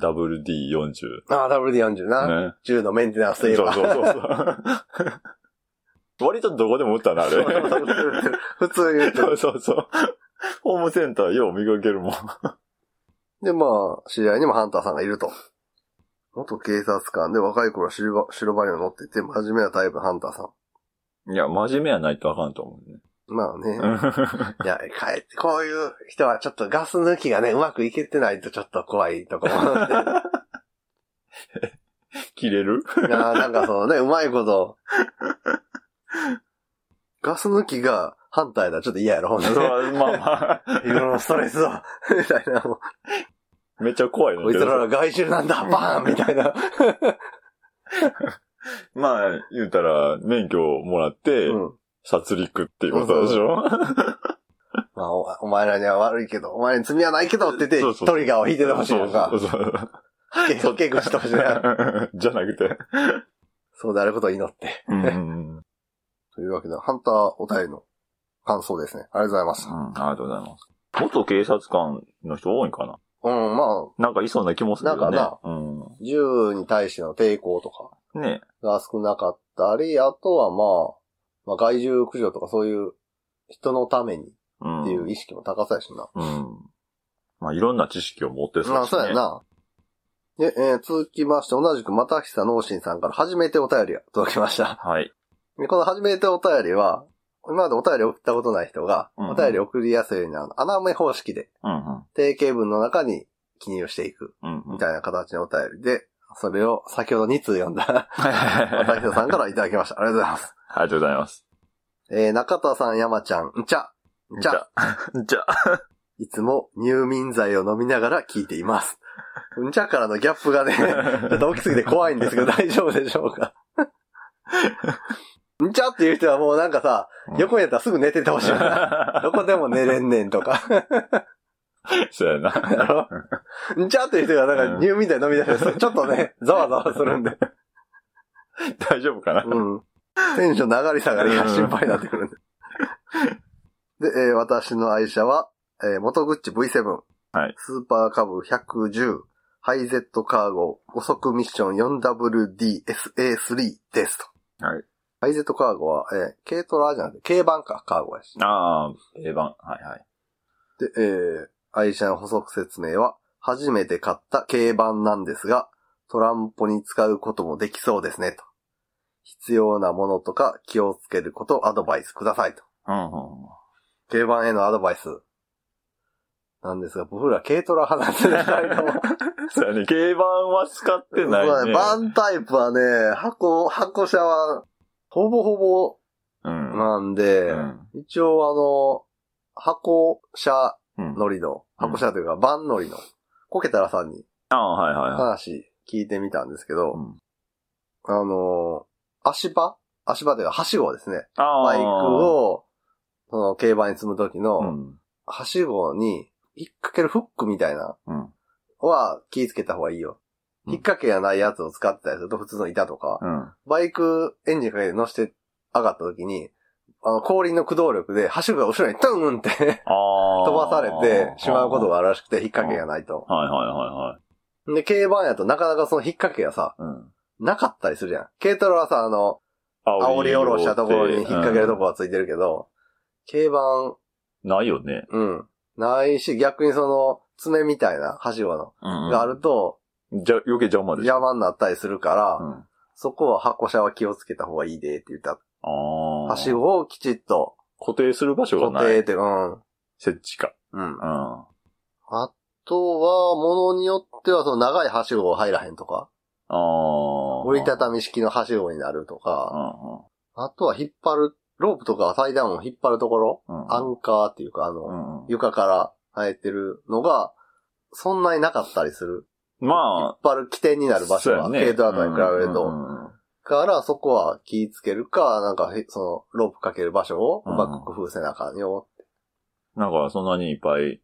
Speaker 2: WD40。
Speaker 1: ああ、WD40 な。
Speaker 2: ね。
Speaker 1: 銃のメンテナンスと
Speaker 2: そ
Speaker 1: いうえ
Speaker 2: そう
Speaker 1: ば。
Speaker 2: そう [LAUGHS] そう。割とどこでも打ったな、あれ。
Speaker 1: [LAUGHS] 普通に言って
Speaker 2: そ
Speaker 1: る。
Speaker 2: うそうそう。ホームセンターよう見かけるもん。
Speaker 1: で、まあ、知り合いにもハンターさんがいると。元警察官で若い頃は白バ白バイを乗っていて、真面目なタイプのハンターさ
Speaker 2: いや、真面目やないとあかんと思うね。
Speaker 1: ん。まあね。いや、帰って、こういう人はちょっとガス抜きがね、うまくいけてないとちょっと怖いとかもあって。
Speaker 2: [LAUGHS] 切れ
Speaker 1: [LAUGHS]
Speaker 2: る
Speaker 1: いやなんかそのね、うまいこと。ガス抜きが反対だ。ちょっと嫌やろ、ほんとね。
Speaker 2: そうまあまあ、
Speaker 1: いろいろストレスだ。 [LAUGHS] みたいな。も
Speaker 2: めっちゃ怖いうねん
Speaker 1: こい
Speaker 2: け
Speaker 1: つ
Speaker 2: ど
Speaker 1: らは外周なんだ、バーンみたいな。
Speaker 2: まあ、言うたら、免許をもらって、
Speaker 1: うん。
Speaker 2: 殺戮っていうことでしょ
Speaker 1: まあ、おお前らには悪いけど、お前らに罪はないけどって言って、
Speaker 2: [LAUGHS] そうそう
Speaker 1: トリガーを引いててほしいのか
Speaker 2: そ。うそう
Speaker 1: そけ口してほしいな。
Speaker 2: そう。じゃなくて。
Speaker 1: [LAUGHS] そうであることを祈って。
Speaker 2: うんうんうん。
Speaker 1: というわけで、ハンターお便りの感想ですね。ありがとうございます。
Speaker 2: ありがとうございます。元警察官の人多いんかな
Speaker 1: うん、ま
Speaker 2: なんかいそうな気もするよね。
Speaker 1: なんか
Speaker 2: う
Speaker 1: あ、銃に対しての抵抗とか
Speaker 2: ん。ね
Speaker 1: が少なかったり、あとはまあ、まあ、害獣駆除とかそういう人のために
Speaker 2: うん。
Speaker 1: っていう意識も高さやしな。
Speaker 2: うん。まあ、いろんな知識を持ってそう
Speaker 1: ま
Speaker 2: で
Speaker 1: あ、
Speaker 2: す
Speaker 1: そうや。な。で、えー続きまして、同じく、またひさのうしんさんから初めてお便りが届きました。
Speaker 2: はい。
Speaker 1: でこの初めてお便りは、今までお便り送ったことない人が、
Speaker 2: うん
Speaker 1: お便り送りやすいようにあの穴埋め方式で、
Speaker 2: うん
Speaker 1: 定型文の中に記入していく、
Speaker 2: うん。うん。、
Speaker 1: みたいな形のお便りで、それを先ほど2通読ん [LAUGHS] だ
Speaker 2: あ
Speaker 1: 渡人さんからいただきました。ありがとうございます。
Speaker 2: りがとうございます。
Speaker 1: えー、中田さん、山ちゃん、んちゃ、んちゃ、
Speaker 2: じゃ [LAUGHS] あ。
Speaker 1: いつも入眠剤を飲みながら聞いています。んちゃからのギャップがね、 [LAUGHS] ちょっと大きすぎて怖いんですけど大丈夫でしょう [LAUGHS] かんちゃっていう人はもうなんかさ、横にやったらすぐ寝ててほしいよな。 [LAUGHS] どこでも寝れんねんとか。
Speaker 2: [LAUGHS] そうやな。
Speaker 1: あのんちゃっていう人がなんか入みたい飲み出して、ちょっとね、 [LAUGHS] ざわざわするんで。
Speaker 2: 大丈夫かな
Speaker 1: うん。テンションの上がり下がりが心配になってくるんで。で、えー私の愛車は、えー、元グッチ V7。
Speaker 2: はい
Speaker 1: スーパーカブ110。ハイゼットカーゴ、五速ミッション 4WDSA3 ですと。
Speaker 2: はい。
Speaker 1: ハイゼットカーゴは、えー軽トラじゃなくて、軽バンか、カーゴやし。
Speaker 2: ああ、定番。はいはい。
Speaker 1: で、えー、愛車の補足説明は、初めて買った軽バンなんですが、トランポに使うこともできそうですね、と。必要なものとか気をつけることをアドバイスください、と。
Speaker 2: うん
Speaker 1: 軽バンへのアドバイス。なんですが、僕ら軽トラ派なんですね、二人とも。
Speaker 2: うん。 [LAUGHS] そうやね。軽版は使ってないね。
Speaker 1: バンタイプはね、箱、箱車は、ほぼほぼ
Speaker 2: うん。
Speaker 1: なんで、
Speaker 2: うん
Speaker 1: 一応あの、箱車
Speaker 2: うん
Speaker 1: 乗りの、
Speaker 2: うん
Speaker 1: 箱車というか、バン乗りの、コケタラさんに
Speaker 2: ああ、はいはいは
Speaker 1: 話聞いてみたんですけど、
Speaker 2: い。うん
Speaker 1: あのー足場足場というか、はしごですね。
Speaker 2: ああ。
Speaker 1: バイクを、その、競馬に積む時
Speaker 2: う
Speaker 1: の、
Speaker 2: ん。
Speaker 1: はしごに、引っ掛けるフックみたいな、
Speaker 2: うん。
Speaker 1: は気ぃつけた方がいいよ。
Speaker 2: うん
Speaker 1: 引っ掛けがないやつを使ってたりすると、普通の板とか、
Speaker 2: うん。
Speaker 1: バイクエンジンかけて乗して上がった時に、あの、後輪の駆動力で、はしごが後ろにトゥンって
Speaker 2: ああ。
Speaker 1: 飛ばされてしまうことがあるらしくて、引っ掛けがないと。
Speaker 2: はいはいはいはい。
Speaker 1: で、軽バンやとなかなかその引っ掛けがさ、
Speaker 2: うん。
Speaker 1: なかったりするじゃん。軽トラはさ、あの、煽り下ろしたところに引っ掛けるとこ
Speaker 2: は。
Speaker 1: はついてるけど、軽バ
Speaker 2: うんないよね。
Speaker 1: ン、うん。ないし、逆にその、爪みたいな、はしごの、
Speaker 2: うん
Speaker 1: があると、
Speaker 2: じゃ、余計邪魔でしょ。
Speaker 1: 邪魔になったりするから、
Speaker 2: うん。
Speaker 1: そこは箱車は気をつけた方がいいでって言った。
Speaker 2: ああ。
Speaker 1: はしごをきちっと
Speaker 2: 固定する場所
Speaker 1: 固
Speaker 2: がな
Speaker 1: 定
Speaker 2: い。
Speaker 1: って、うん。
Speaker 2: 設置か。
Speaker 1: うん。
Speaker 2: うん。
Speaker 1: あとは、ものによっては、その長いはしごが入らへんとか、
Speaker 2: ああ。
Speaker 1: 折りたたみ式のはしごになると
Speaker 2: う
Speaker 1: か、
Speaker 2: ん
Speaker 1: あとは引っ張る、ロープとか祭壇を引っ張るところ、
Speaker 2: うん。
Speaker 1: アンカーっていうか、あの、
Speaker 2: うんうん
Speaker 1: 床から生えてるのが、そんなになかったりする。引
Speaker 2: ま
Speaker 1: っ張る起点に
Speaker 2: あ、
Speaker 1: なる場所
Speaker 2: そ
Speaker 1: が、
Speaker 2: うやね
Speaker 1: 軽トラとかに比べると。
Speaker 2: うんうんうん
Speaker 1: から、そこは気ぃつけるか、なんか、へその、ロープかける場所をうまく工夫せなあかんよ。
Speaker 2: なんか、そんなにいっぱい、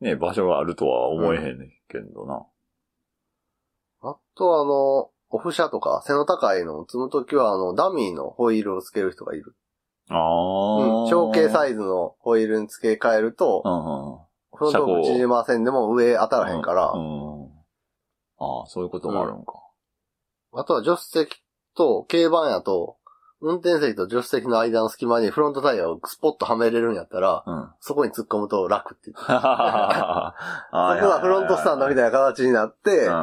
Speaker 2: ね、場所があるとは思えへんねんけどな。
Speaker 1: あと、あの、オフ車とか、背の高いのを積むときは、あの、ダミーのホイールをつける人がいる。
Speaker 2: あ
Speaker 1: うん。
Speaker 2: あ。
Speaker 1: 小径サイ
Speaker 2: イ
Speaker 1: ズのホイールに付け替えると
Speaker 2: う、んうんうん。
Speaker 1: フロントロック縮ませんでも上当たらへんから
Speaker 2: う、ん。ああ、そういうこともあるんか。
Speaker 1: あとは助手席と軽バンやと、運転席と助手席の間の隙間にフロントタイヤをスポッとはめれるんやったら、
Speaker 2: うん。
Speaker 1: [LAUGHS]
Speaker 2: は
Speaker 1: そこに突っ込むと楽って言って。
Speaker 2: はははは
Speaker 1: そこがフロントスタンドみたいな形になって、
Speaker 2: うん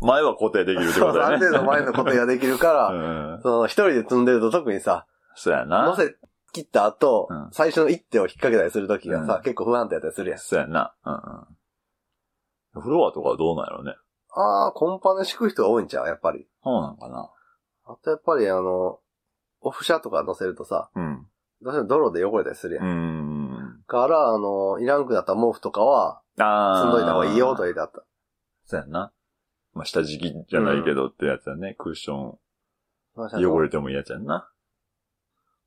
Speaker 2: 前は固定できるって
Speaker 1: そ
Speaker 2: こ
Speaker 1: う、
Speaker 2: と
Speaker 1: あ
Speaker 2: だ
Speaker 1: る
Speaker 2: ね。
Speaker 1: 程度前のことができるから、
Speaker 2: うん。
Speaker 1: その一人で積んでると特にさ、
Speaker 2: そうやな
Speaker 1: 乗。せ切った後、
Speaker 2: うん
Speaker 1: 最初の一手を引っ掛けたりするときがさ、
Speaker 2: うん
Speaker 1: 結構不安定やったりするやん。
Speaker 2: そうやな。うんうん。フロアとかはどうなんやろうね。
Speaker 1: あー、コンパネ敷く人が多いんちゃうやっぱり。
Speaker 2: そうなんかな。
Speaker 1: あとやっぱりあの、オフ車とか乗せるとさ、
Speaker 2: うん。
Speaker 1: どうしても泥で汚れたりするやん。
Speaker 2: うん。
Speaker 1: から、あの、いらんくなった毛布とかは、
Speaker 2: ああ。
Speaker 1: 積んどいた方がいいよと言ってあった。
Speaker 2: そうやな。まあ、下敷きじゃないけどってやつだね。クッション、汚れてもいいやつやんな。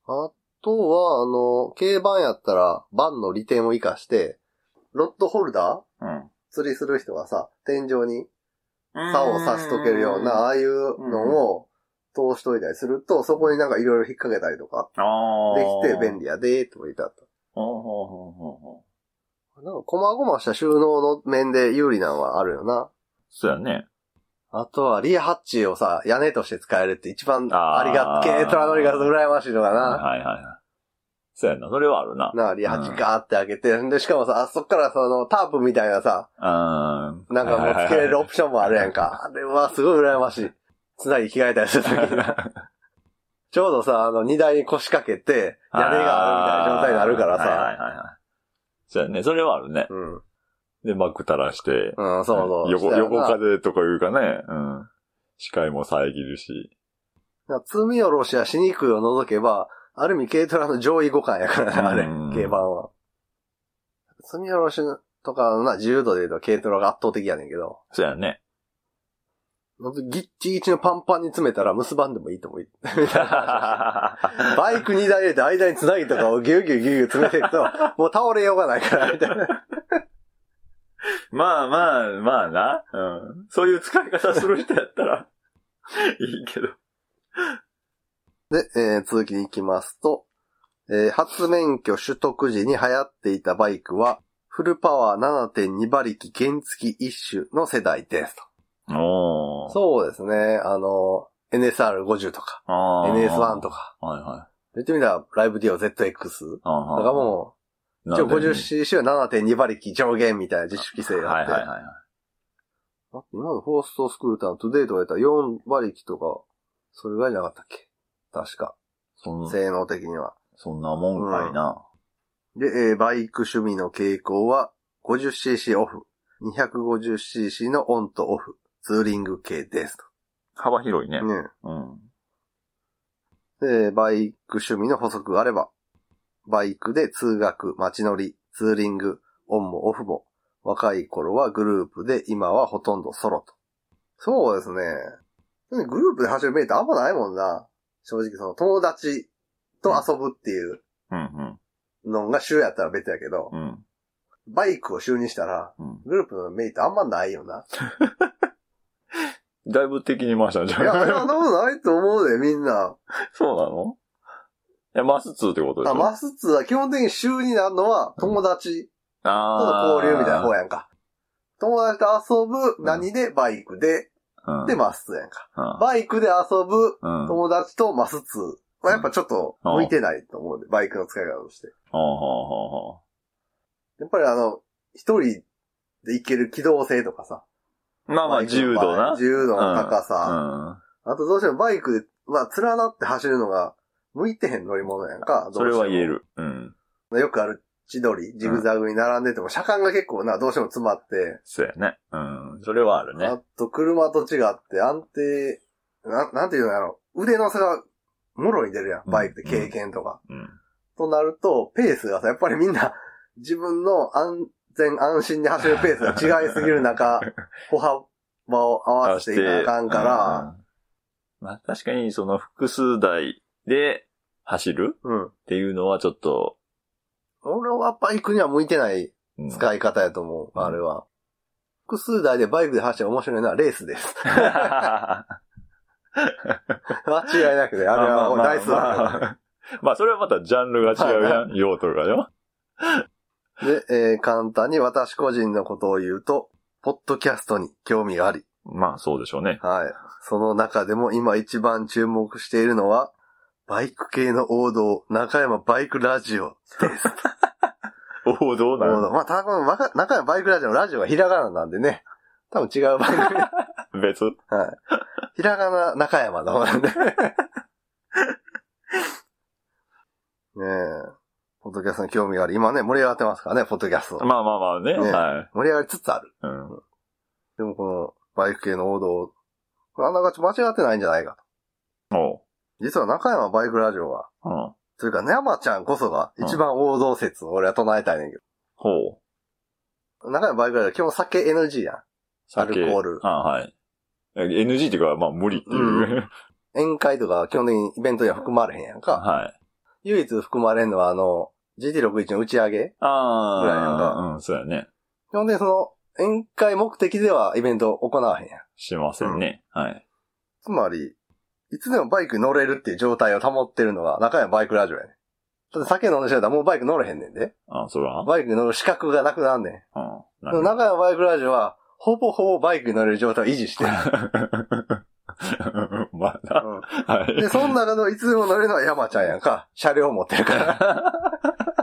Speaker 1: あとは、あの、軽バンやったら、バンの利点を活かして、ロッドホルダー
Speaker 2: うん。
Speaker 1: 釣りする人がさ、天井に竿を差しとけるような、あ
Speaker 2: あ
Speaker 1: あいうのを通しといたりすると、そこになんかいろいろ引っ掛けたりとか、
Speaker 2: あ。
Speaker 1: できて便
Speaker 2: 利。
Speaker 1: 利やで、と言ってあった。
Speaker 2: ほうほうほうほうほう
Speaker 1: なんか、細々した収納の面で有利なのはあるよな。
Speaker 2: そうやね。
Speaker 1: あとは、リアハッチをさ、屋根として使えるって一番
Speaker 2: あー
Speaker 1: ありがっけ、トラ乗りが羨ましいのかな。
Speaker 2: はいはいはい。そうやな。それはあるな。
Speaker 1: なあ、リハチガーって開けて、で、しかもさ、あそこからその、タープみたいなさ、
Speaker 2: うん。
Speaker 1: なんかもう付けれるオプションもあるやんか。あれはすごい羨ましい。つなぎ着替えたりするとき
Speaker 2: [LAUGHS]
Speaker 1: に。ちょうどさ、あの、荷台に腰掛けて、屋根があるみたいな状態になるから
Speaker 2: はいはい
Speaker 1: さ。
Speaker 2: はいはい。そうやね。それはあるね。
Speaker 1: うん。
Speaker 2: で、幕垂らして。
Speaker 1: うん、そうそう。
Speaker 2: 横、
Speaker 1: したよ
Speaker 2: 横
Speaker 1: な
Speaker 2: 風とかいうかね。うん。視界も遮るし。
Speaker 1: なんか積み下ろしやしにくいを除けば、ある意味軽トラの上位互換やからね、あれ
Speaker 2: うん、
Speaker 1: 軽バンは。積み下ろしとかのな、自由度で言うと軽トラが圧倒的やねんけど。
Speaker 2: そうや
Speaker 1: [LAUGHS]
Speaker 2: ね。
Speaker 1: ギッチギチのパンパンに詰めたら結ばんでもいいと思う。バイク2台入れて間につなぎとかをギュギュギュギュ詰めていく
Speaker 2: [LAUGHS]
Speaker 1: と、もう倒れようがないから、みたいな。
Speaker 2: まあまあ、まあな。うん。そういう使い方する人やった [LAUGHS] ら、いいけど。
Speaker 1: で、えー続きに行きますと、えー初免許取得時に流行っていたバイクは、フルパワー7.2馬力原付き一種の世代ですと。
Speaker 2: おう。
Speaker 1: そうですね、あの、NSR50 とか、NS1 と
Speaker 2: か。
Speaker 1: か。
Speaker 2: はいはい。
Speaker 1: 言ってみたら、ライブディオ ZX
Speaker 2: ああ
Speaker 1: とかも、
Speaker 2: う
Speaker 1: 一応 50cc は7.2馬力上限みたいな自主規制が
Speaker 2: は
Speaker 1: あっ
Speaker 2: い
Speaker 1: て
Speaker 2: はい、はいはい。
Speaker 1: あと今のフォーストスクーターのトゥデイとかやったら4馬力とか、それぐらいじゃなかったっけ確か。
Speaker 2: そん
Speaker 1: 性能的には。
Speaker 2: そんなもんかいな。
Speaker 1: で、えーバイク趣味の傾向は、50cc オフ、250cc のオンとオフ、ツーリング系です
Speaker 2: 幅広いね
Speaker 1: と。。ね。
Speaker 2: うん。
Speaker 1: で、バイク趣味の補足があれば、バイクで通学、街乗り、ツーリング、オンもオフも、若い頃はグループで、今はほとんどソロと。そうですね。グループで走るメリットあんまないもんな。正直その友達と遊ぶっていう
Speaker 2: うん
Speaker 1: のが週やったら別やけど
Speaker 2: う、ん。うん。
Speaker 1: バイクを週にしたら、
Speaker 2: うん。
Speaker 1: グループのメリットあんまないよな。
Speaker 2: だいぶ敵に回したんじゃ
Speaker 1: いや、そん
Speaker 2: ん。
Speaker 1: なことないと思うで、みんな。
Speaker 2: [LAUGHS] そうなのいや、マス2ってことでしょ
Speaker 1: あ、マスツは基本的に週になるのは友達。との
Speaker 2: あー
Speaker 1: 交流みたいな方やんか。友達と遊ぶ、
Speaker 2: ん
Speaker 1: 何で、バイクで、
Speaker 2: うん。
Speaker 1: で、マス2やんか。
Speaker 2: うん、
Speaker 1: バイクで遊ぶ
Speaker 2: うん。
Speaker 1: 友達とマス2。まあ、やっぱちょっと向いてないと思うんで、バイクの使い方として。
Speaker 2: ほうほうほうほ
Speaker 1: やっぱりあの、一人で行ける機動性とかさ。
Speaker 2: う。まあまあ、
Speaker 1: バイク
Speaker 2: 自
Speaker 1: の
Speaker 2: 由
Speaker 1: 場合
Speaker 2: 度な。
Speaker 1: 自由度の高
Speaker 2: う
Speaker 1: さ。
Speaker 2: ん。うん
Speaker 1: あとどうしてもバイクで、まあ、連なって走るのが、向いてへん乗り物やんか。
Speaker 2: それは言え
Speaker 1: る。
Speaker 2: る。うん。
Speaker 1: よくある千鳥、ジグザグに並んでても、車間が結構な、どうしても詰まって、
Speaker 2: そうやね。うん。それはあるね。
Speaker 1: あと車と違って安定、ななんていうのやろう、腕の差が、もろに出るやん。バイクで経験とか。
Speaker 2: うん。
Speaker 1: となると、ペースがさ、やっぱりみんな、 [LAUGHS] 自分の安全安心に走るペースが違いすぎる [LAUGHS] 中、歩幅を合わせていかなあかんから、
Speaker 2: うん。まあ確かにその複数台で走る
Speaker 1: うん。
Speaker 2: っていうのはちょっと、
Speaker 1: 俺はバイクには向いてない
Speaker 2: うん [LAUGHS]
Speaker 1: 使い方やと思う、
Speaker 2: うん
Speaker 1: あれは。複数台でバイクで走って面白いのはレース [LAUGHS] です。間違いなくね。あれはもう大好き
Speaker 2: まあまあま
Speaker 1: だ
Speaker 2: あまあそれはまたジャンルが違うやん。用途がよ。
Speaker 1: で、えー簡単に私個人のことを言うと、ポッドキャストに興味があり、
Speaker 2: まあそうでしょうね。
Speaker 1: はい。その中でも今一番注目しているのは、バイク系の王道、中山バイクラジオです。
Speaker 2: 王道な
Speaker 1: 王
Speaker 2: の
Speaker 1: 道まあ、多分わか、中山バイクラジオのラジオがひらがななんでね。多分違う番
Speaker 2: [LAUGHS]
Speaker 1: 組。は
Speaker 2: 別。
Speaker 1: い。ひらがな中山の方
Speaker 2: [LAUGHS]
Speaker 1: なんで。ねえ。ポッドキャストに興味があり、今ね、盛り上がってますからね、ポッドキャスト。
Speaker 2: まあまあまあね。
Speaker 1: ね
Speaker 2: は
Speaker 1: 盛り上がりつつある。
Speaker 2: い。うん。
Speaker 1: でもこのバイク系の王道、これあながち間違ってないんじゃないか
Speaker 2: おう。
Speaker 1: と。実は中山バイクラジオは、
Speaker 2: うん。
Speaker 1: というか山ちゃんこそが一番王道説を俺は唱えたいねんけ
Speaker 2: ほう。
Speaker 1: ど。中山バイクラジオ基本酒 NG やん。
Speaker 2: 酒
Speaker 1: アルコール
Speaker 2: あはい。NG っていうか、まあ無理っていう。
Speaker 1: う宴会とかは基本的にイベントには含まれへんやんか。
Speaker 2: [LAUGHS] はい。
Speaker 1: 唯一含まれんのはあの、GT61 の打ち上げ。ぐらいやん
Speaker 2: あ
Speaker 1: か
Speaker 2: あ、うん、そうやね。
Speaker 1: 基本的にその、宴会目的ではイベントを行わへんやん。
Speaker 2: しませんね。はい。
Speaker 1: つまり、いつでもバイクに乗れるっていう状態を保ってるのが中山バイクラジオやねん。だって酒飲んでしまったらもうバイク乗れへんねんで。
Speaker 2: あそら。
Speaker 1: バイクに乗る資格がなくなんねん。
Speaker 2: うん。な
Speaker 1: でも
Speaker 2: る
Speaker 1: 中山バイクラジオは、ほぼほぼバイクに乗れる状態を維持
Speaker 2: [LAUGHS]
Speaker 1: してる。
Speaker 2: ほど [LAUGHS] まあな。は
Speaker 1: で、
Speaker 2: い。 [LAUGHS]
Speaker 1: その中のいつでも乗れるのは山ちゃんやんか。車両持ってるから。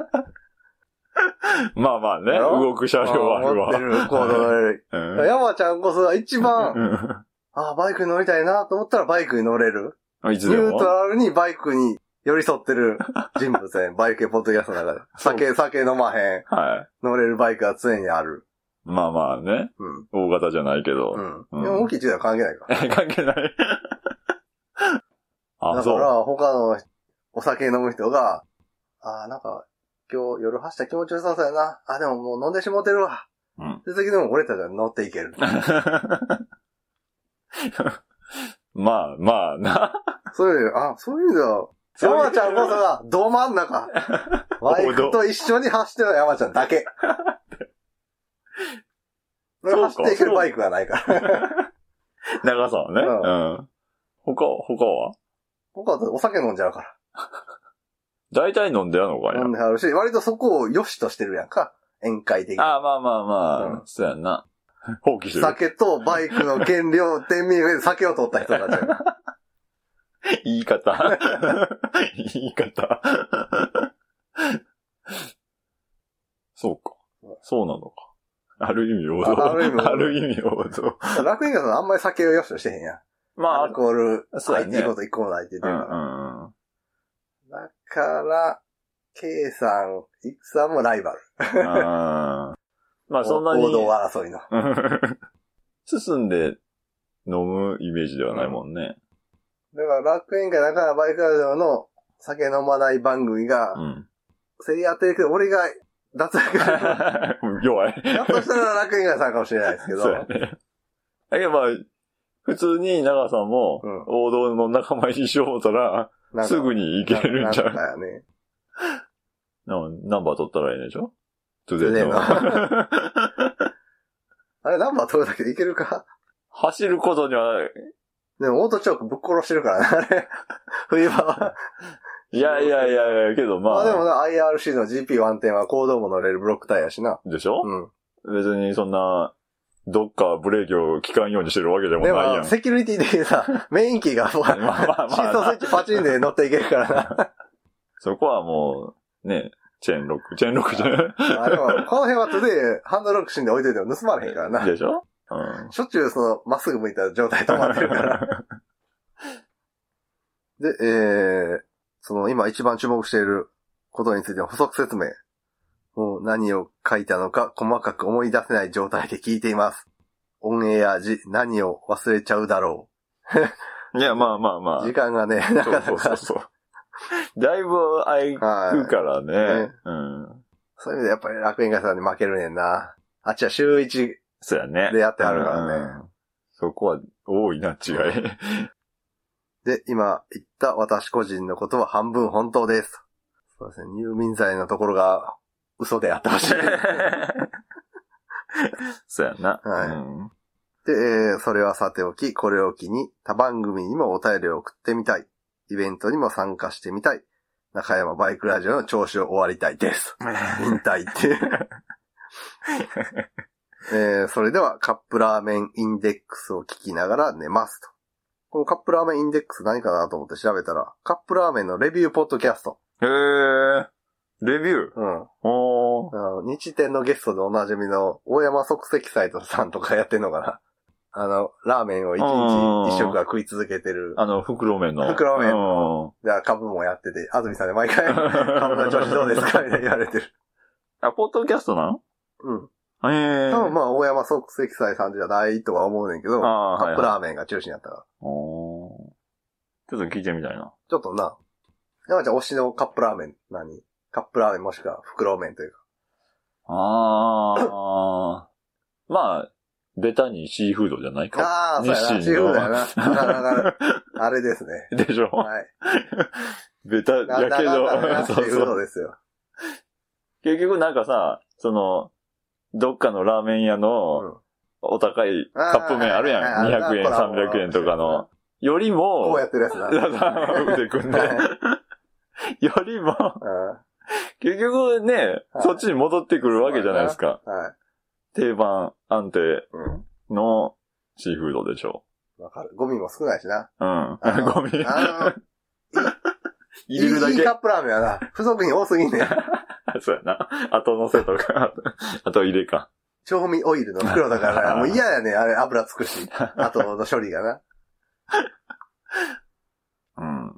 Speaker 2: まあまあね。
Speaker 1: やろ
Speaker 2: 動く車両はある
Speaker 1: 持って
Speaker 2: [LAUGHS] わ。
Speaker 1: る、行動乗れる。
Speaker 2: うん
Speaker 1: 山ちゃんこそが一番、
Speaker 2: う
Speaker 1: あバイクに乗りたいなと思ったらバイクに乗れる。
Speaker 2: ん。いつ
Speaker 1: ニ
Speaker 2: で
Speaker 1: ュート
Speaker 2: も。
Speaker 1: ラルにバイクに寄り添って
Speaker 2: [LAUGHS]
Speaker 1: る人物やねん。バイクやポッドキャストの中で。酒、酒飲まへん。
Speaker 2: はい。
Speaker 1: 乗れるバイクは常にある。
Speaker 2: まあまあね。
Speaker 1: うん。
Speaker 2: 大型じゃないけど。
Speaker 1: うん。でも大きい違いは関係ないから。
Speaker 2: 関係ない。 [LAUGHS] あ、
Speaker 1: だか
Speaker 2: そう。 [LAUGHS]
Speaker 1: ら、他のお酒飲む人が、ああ、なんか、今日夜走ったら気持ちよさそうやな。あ、でももう飲んでしもうてるわ。
Speaker 2: うん。
Speaker 1: で、次でも俺たちは乗っていける。 [LAUGHS]
Speaker 2: まあまあな。
Speaker 1: そういう、あ、そういう意味では、
Speaker 2: そういう
Speaker 1: 山ちゃんこそが、ど真ん
Speaker 2: [LAUGHS]
Speaker 1: 中。バイクと一緒に走ってるのは山ちゃんだけ。
Speaker 2: そうか
Speaker 1: 走っていけるバイクがないから。 [LAUGHS]
Speaker 2: 長さはね。
Speaker 1: う
Speaker 2: うん。他、他は
Speaker 1: 僕はお酒飲んじゃうか
Speaker 2: 大体飲んでやんのかい
Speaker 1: ら。
Speaker 2: な
Speaker 1: 飲んではるし、割とそこを良しとしてるやんか。宴会的に。
Speaker 2: ああ、まあまあまあ、
Speaker 1: う
Speaker 2: そうやんな。放棄してる。
Speaker 1: 酒とバイクの原料、天秤上で酒を取った人
Speaker 2: [LAUGHS]
Speaker 1: たちや。
Speaker 2: 言い方。 [LAUGHS] 言い方。そうか。そうなのか。ある意味王道。
Speaker 1: あある意味王道
Speaker 2: ある意味王道。
Speaker 1: [LAUGHS] 楽園家さんあんまり酒を良しとしてへんやん。
Speaker 2: ま
Speaker 1: ア
Speaker 2: あ
Speaker 1: ル、コール、
Speaker 2: そう
Speaker 1: 入ってい
Speaker 2: やね
Speaker 1: いこと一個もないって言って
Speaker 2: う
Speaker 1: る
Speaker 2: ん
Speaker 1: か
Speaker 2: う
Speaker 1: ら。
Speaker 2: んうん。
Speaker 1: だから、K さん、イクさんもライバル。 [LAUGHS]
Speaker 2: あーまあそんなに
Speaker 1: 王道争いの。
Speaker 2: [LAUGHS] 進んで飲むイメージではないもんね。
Speaker 1: だから楽園会だからバイクラジオの酒飲まない番組が
Speaker 2: う、
Speaker 1: [LAUGHS]
Speaker 2: ん。
Speaker 1: 競り合ってるけど、俺が脱落
Speaker 2: [LAUGHS]
Speaker 1: する。
Speaker 2: 弱い。
Speaker 1: やっとしたら楽園会さんかもしれないですけど。
Speaker 2: そうやね。だけどまあ、普通に長さんも
Speaker 1: うん、
Speaker 2: 王道の仲間にしようとら、
Speaker 1: なんか
Speaker 2: すぐに行けるんちゃ
Speaker 1: なんか
Speaker 2: う
Speaker 1: やね。
Speaker 2: なナンバー取ったらいいんでしょトゥ
Speaker 1: ゥデ
Speaker 2: デイ
Speaker 1: イ
Speaker 2: の
Speaker 1: の。 [LAUGHS] あれ、ナンバー取るだけでいけるか
Speaker 2: 走ることには、
Speaker 1: でも、オートチョークぶっ殺してるからな、あれ。 [LAUGHS] 冬場は。
Speaker 2: いやいやいやいや、けど
Speaker 1: ま
Speaker 2: ま
Speaker 1: あでも
Speaker 2: あ、
Speaker 1: な、IRC の GP1 点は行動も乗れるブロックタイヤやしな。
Speaker 2: でしょ
Speaker 1: うん。
Speaker 2: 別にそんな、どっかブレーキを効かんようにしてるわけでも
Speaker 1: で
Speaker 2: ないや
Speaker 1: も、
Speaker 2: ん。
Speaker 1: セキュリティ的にさ、 [LAUGHS] メインキーが、ほら、
Speaker 2: まあまあ
Speaker 1: シ
Speaker 2: ま
Speaker 1: ー
Speaker 2: あ
Speaker 1: ソースイ
Speaker 2: な
Speaker 1: ッチパチンで乗っていけるから
Speaker 2: [LAUGHS]
Speaker 1: な。
Speaker 2: そこはもう、ね、チェーンロック、チェーンロックじゃな
Speaker 1: まあでも、この辺はトゥデイ、ハンドロック死んで置いといても盗まれへんから
Speaker 2: い
Speaker 1: な。
Speaker 2: でしょうん。
Speaker 1: しょっちゅうその、まっすぐ向いた状態で止まってるから。
Speaker 2: [LAUGHS]
Speaker 1: で、えー、その今一番注目していることについての補足説明。もう何を書いたのか細かく思い出せない状態で聞いています。オンエア時何を忘れちゃうだろ
Speaker 2: いや、まあまあま
Speaker 1: う。
Speaker 2: あ。
Speaker 1: 時間がね、なかな
Speaker 2: そうそう
Speaker 1: か。
Speaker 2: そうそう。だいぶ空い
Speaker 1: はい
Speaker 2: く。からね。
Speaker 1: ね
Speaker 2: うん。
Speaker 1: そういう意味でやっぱり楽園会さんに負けるねんな。あっちは週一
Speaker 2: そうやね。
Speaker 1: でやってあるからね。
Speaker 2: うん。そこは多いな、違い。
Speaker 1: [LAUGHS] で、今言った私個人のことは半分本当です。そうですね。入眠罪のところが嘘であってほしい。 [LAUGHS]
Speaker 2: そうやな。
Speaker 1: はい
Speaker 2: うん
Speaker 1: で、えーそれはさておき、これを機に、他番組にもお便りを送ってみたい。イベントにも参加してみたい。中山バイクラジオの調子を終わりたいです。引退っていう。えーそれでは、カップラーメンインデックスを聞きながら寝ますと。このカップラーメンインデックス何かなと思って調べたら、カップラーメンのレビューポッドキャスト。
Speaker 2: へえ。レビュー。
Speaker 1: うん。
Speaker 2: おー
Speaker 1: あ。の、日天のゲストでおなじみの、大山即席サイトさんとかやってんのかなあの、ラーメンを一
Speaker 2: うん
Speaker 1: 日一食が食い続けてる。
Speaker 2: あの、袋麺の。
Speaker 1: 袋麺 [LAUGHS]
Speaker 2: の。
Speaker 1: で、株もやってて、安住さんで毎回、 [LAUGHS] 株の調子どうですかみたいに言われてる。
Speaker 2: [LAUGHS] あ、ポッドキャストな
Speaker 1: うん。
Speaker 2: のええ。
Speaker 1: 多分まあ、大山即席祭さんじゃないとは思うねんけど、カ
Speaker 2: あーはい
Speaker 1: ップ
Speaker 2: はい
Speaker 1: ラーメンが中心やったから。
Speaker 2: おーちょっと聞いてみたいな。
Speaker 1: ちょっとな、山ちゃん推しのカップラーメン、何カップラーメンもしくは袋麺というか。
Speaker 2: あ
Speaker 1: [LAUGHS]
Speaker 2: ー。まあ、ベタにシーフードじゃないか。
Speaker 1: ああー、そうやな。
Speaker 2: 日
Speaker 1: シー
Speaker 2: 清
Speaker 1: フー
Speaker 2: の
Speaker 1: ドやな。なかなか、あれですね。
Speaker 2: でしょ、 [LAUGHS]
Speaker 1: はい。
Speaker 2: ベタ
Speaker 1: な
Speaker 2: や
Speaker 1: か
Speaker 2: け
Speaker 1: なかな
Speaker 2: ど。
Speaker 1: シー
Speaker 2: そう
Speaker 1: フ
Speaker 2: そ
Speaker 1: ー
Speaker 2: う
Speaker 1: ド。ですよ。
Speaker 2: 結局なんかさ、その、どっかのラーメン屋
Speaker 1: うん
Speaker 2: のお高いカップ麺あるやん。
Speaker 1: あー
Speaker 2: 200円、
Speaker 1: あーあー
Speaker 2: 300円とかの。より
Speaker 1: こ
Speaker 2: も
Speaker 1: う、やってるやつな。 [LAUGHS] うん。
Speaker 2: 腕組んで。よりも、
Speaker 1: は
Speaker 2: 結局ね、
Speaker 1: はい
Speaker 2: そっちに戻ってくるわけじゃないですか。
Speaker 1: い。
Speaker 2: 定番安定
Speaker 1: うん。
Speaker 2: のシーフードでしょ
Speaker 1: わかる。ゴミも少ないしな。
Speaker 2: う。うん
Speaker 1: ー。
Speaker 2: ゴミ。
Speaker 1: あの、
Speaker 2: [LAUGHS] 入れるだ
Speaker 1: いいカ
Speaker 2: け。
Speaker 1: ップラーメンはな、不足に多すぎんねん。
Speaker 2: そうやな。後乗せとか、あと入れか。
Speaker 1: 調味オイルの袋だ
Speaker 2: [LAUGHS]
Speaker 1: から、もう嫌やねん、あれ油つくし。あとの処理がな。
Speaker 2: うん。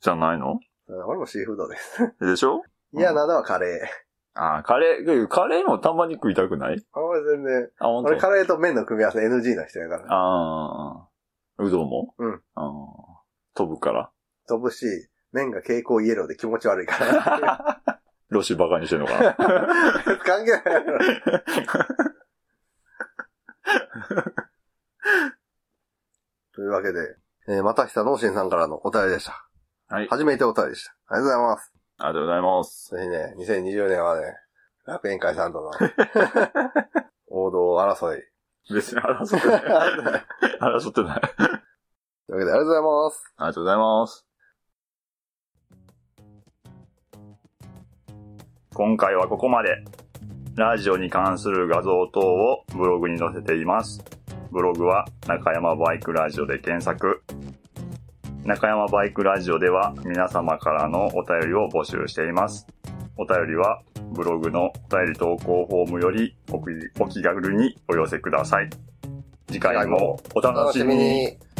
Speaker 2: じゃないの
Speaker 1: うん俺もシーフードです。
Speaker 2: でしょ
Speaker 1: 嫌なのはカレー。
Speaker 2: あーカレー、カレーもたまに食いたくない
Speaker 1: あ俺全然、
Speaker 2: あ、ほん
Speaker 1: 俺
Speaker 2: と
Speaker 1: カレーと麺の組み合わせ NG の人やから。
Speaker 2: あーうどんも
Speaker 1: うん。
Speaker 2: あー飛ぶから。
Speaker 1: 飛ぶし、麺が蛍光イエローで気持ち悪いから。
Speaker 2: [LAUGHS] ロシバカにしてんの [LAUGHS] かな
Speaker 1: 関係ないやろ。というわけで、えー、またひさのおしんさんからのお便りでした。
Speaker 2: はい。
Speaker 1: 初めてお便りでした。ありがとうございます。
Speaker 2: ありがとうございます。
Speaker 1: ぜひね、2020年はね、楽園会さ
Speaker 2: [LAUGHS]
Speaker 1: んとの王道争い。
Speaker 2: 別に争
Speaker 1: と
Speaker 2: ってない。
Speaker 1: いうわ
Speaker 2: [LAUGHS] 争ってない。
Speaker 1: けで、ありがとうございます。
Speaker 2: ありがとうございます。今回はここまで。ラジオに関する画像等をブログに載せています。ブログは中山バイクラジオで検索。中山バイクラジオでは皆様からのお便りを募集しています。お便りはブログのお便り投稿フォームよりお気お気軽にお寄せください。次回もお楽しみに。。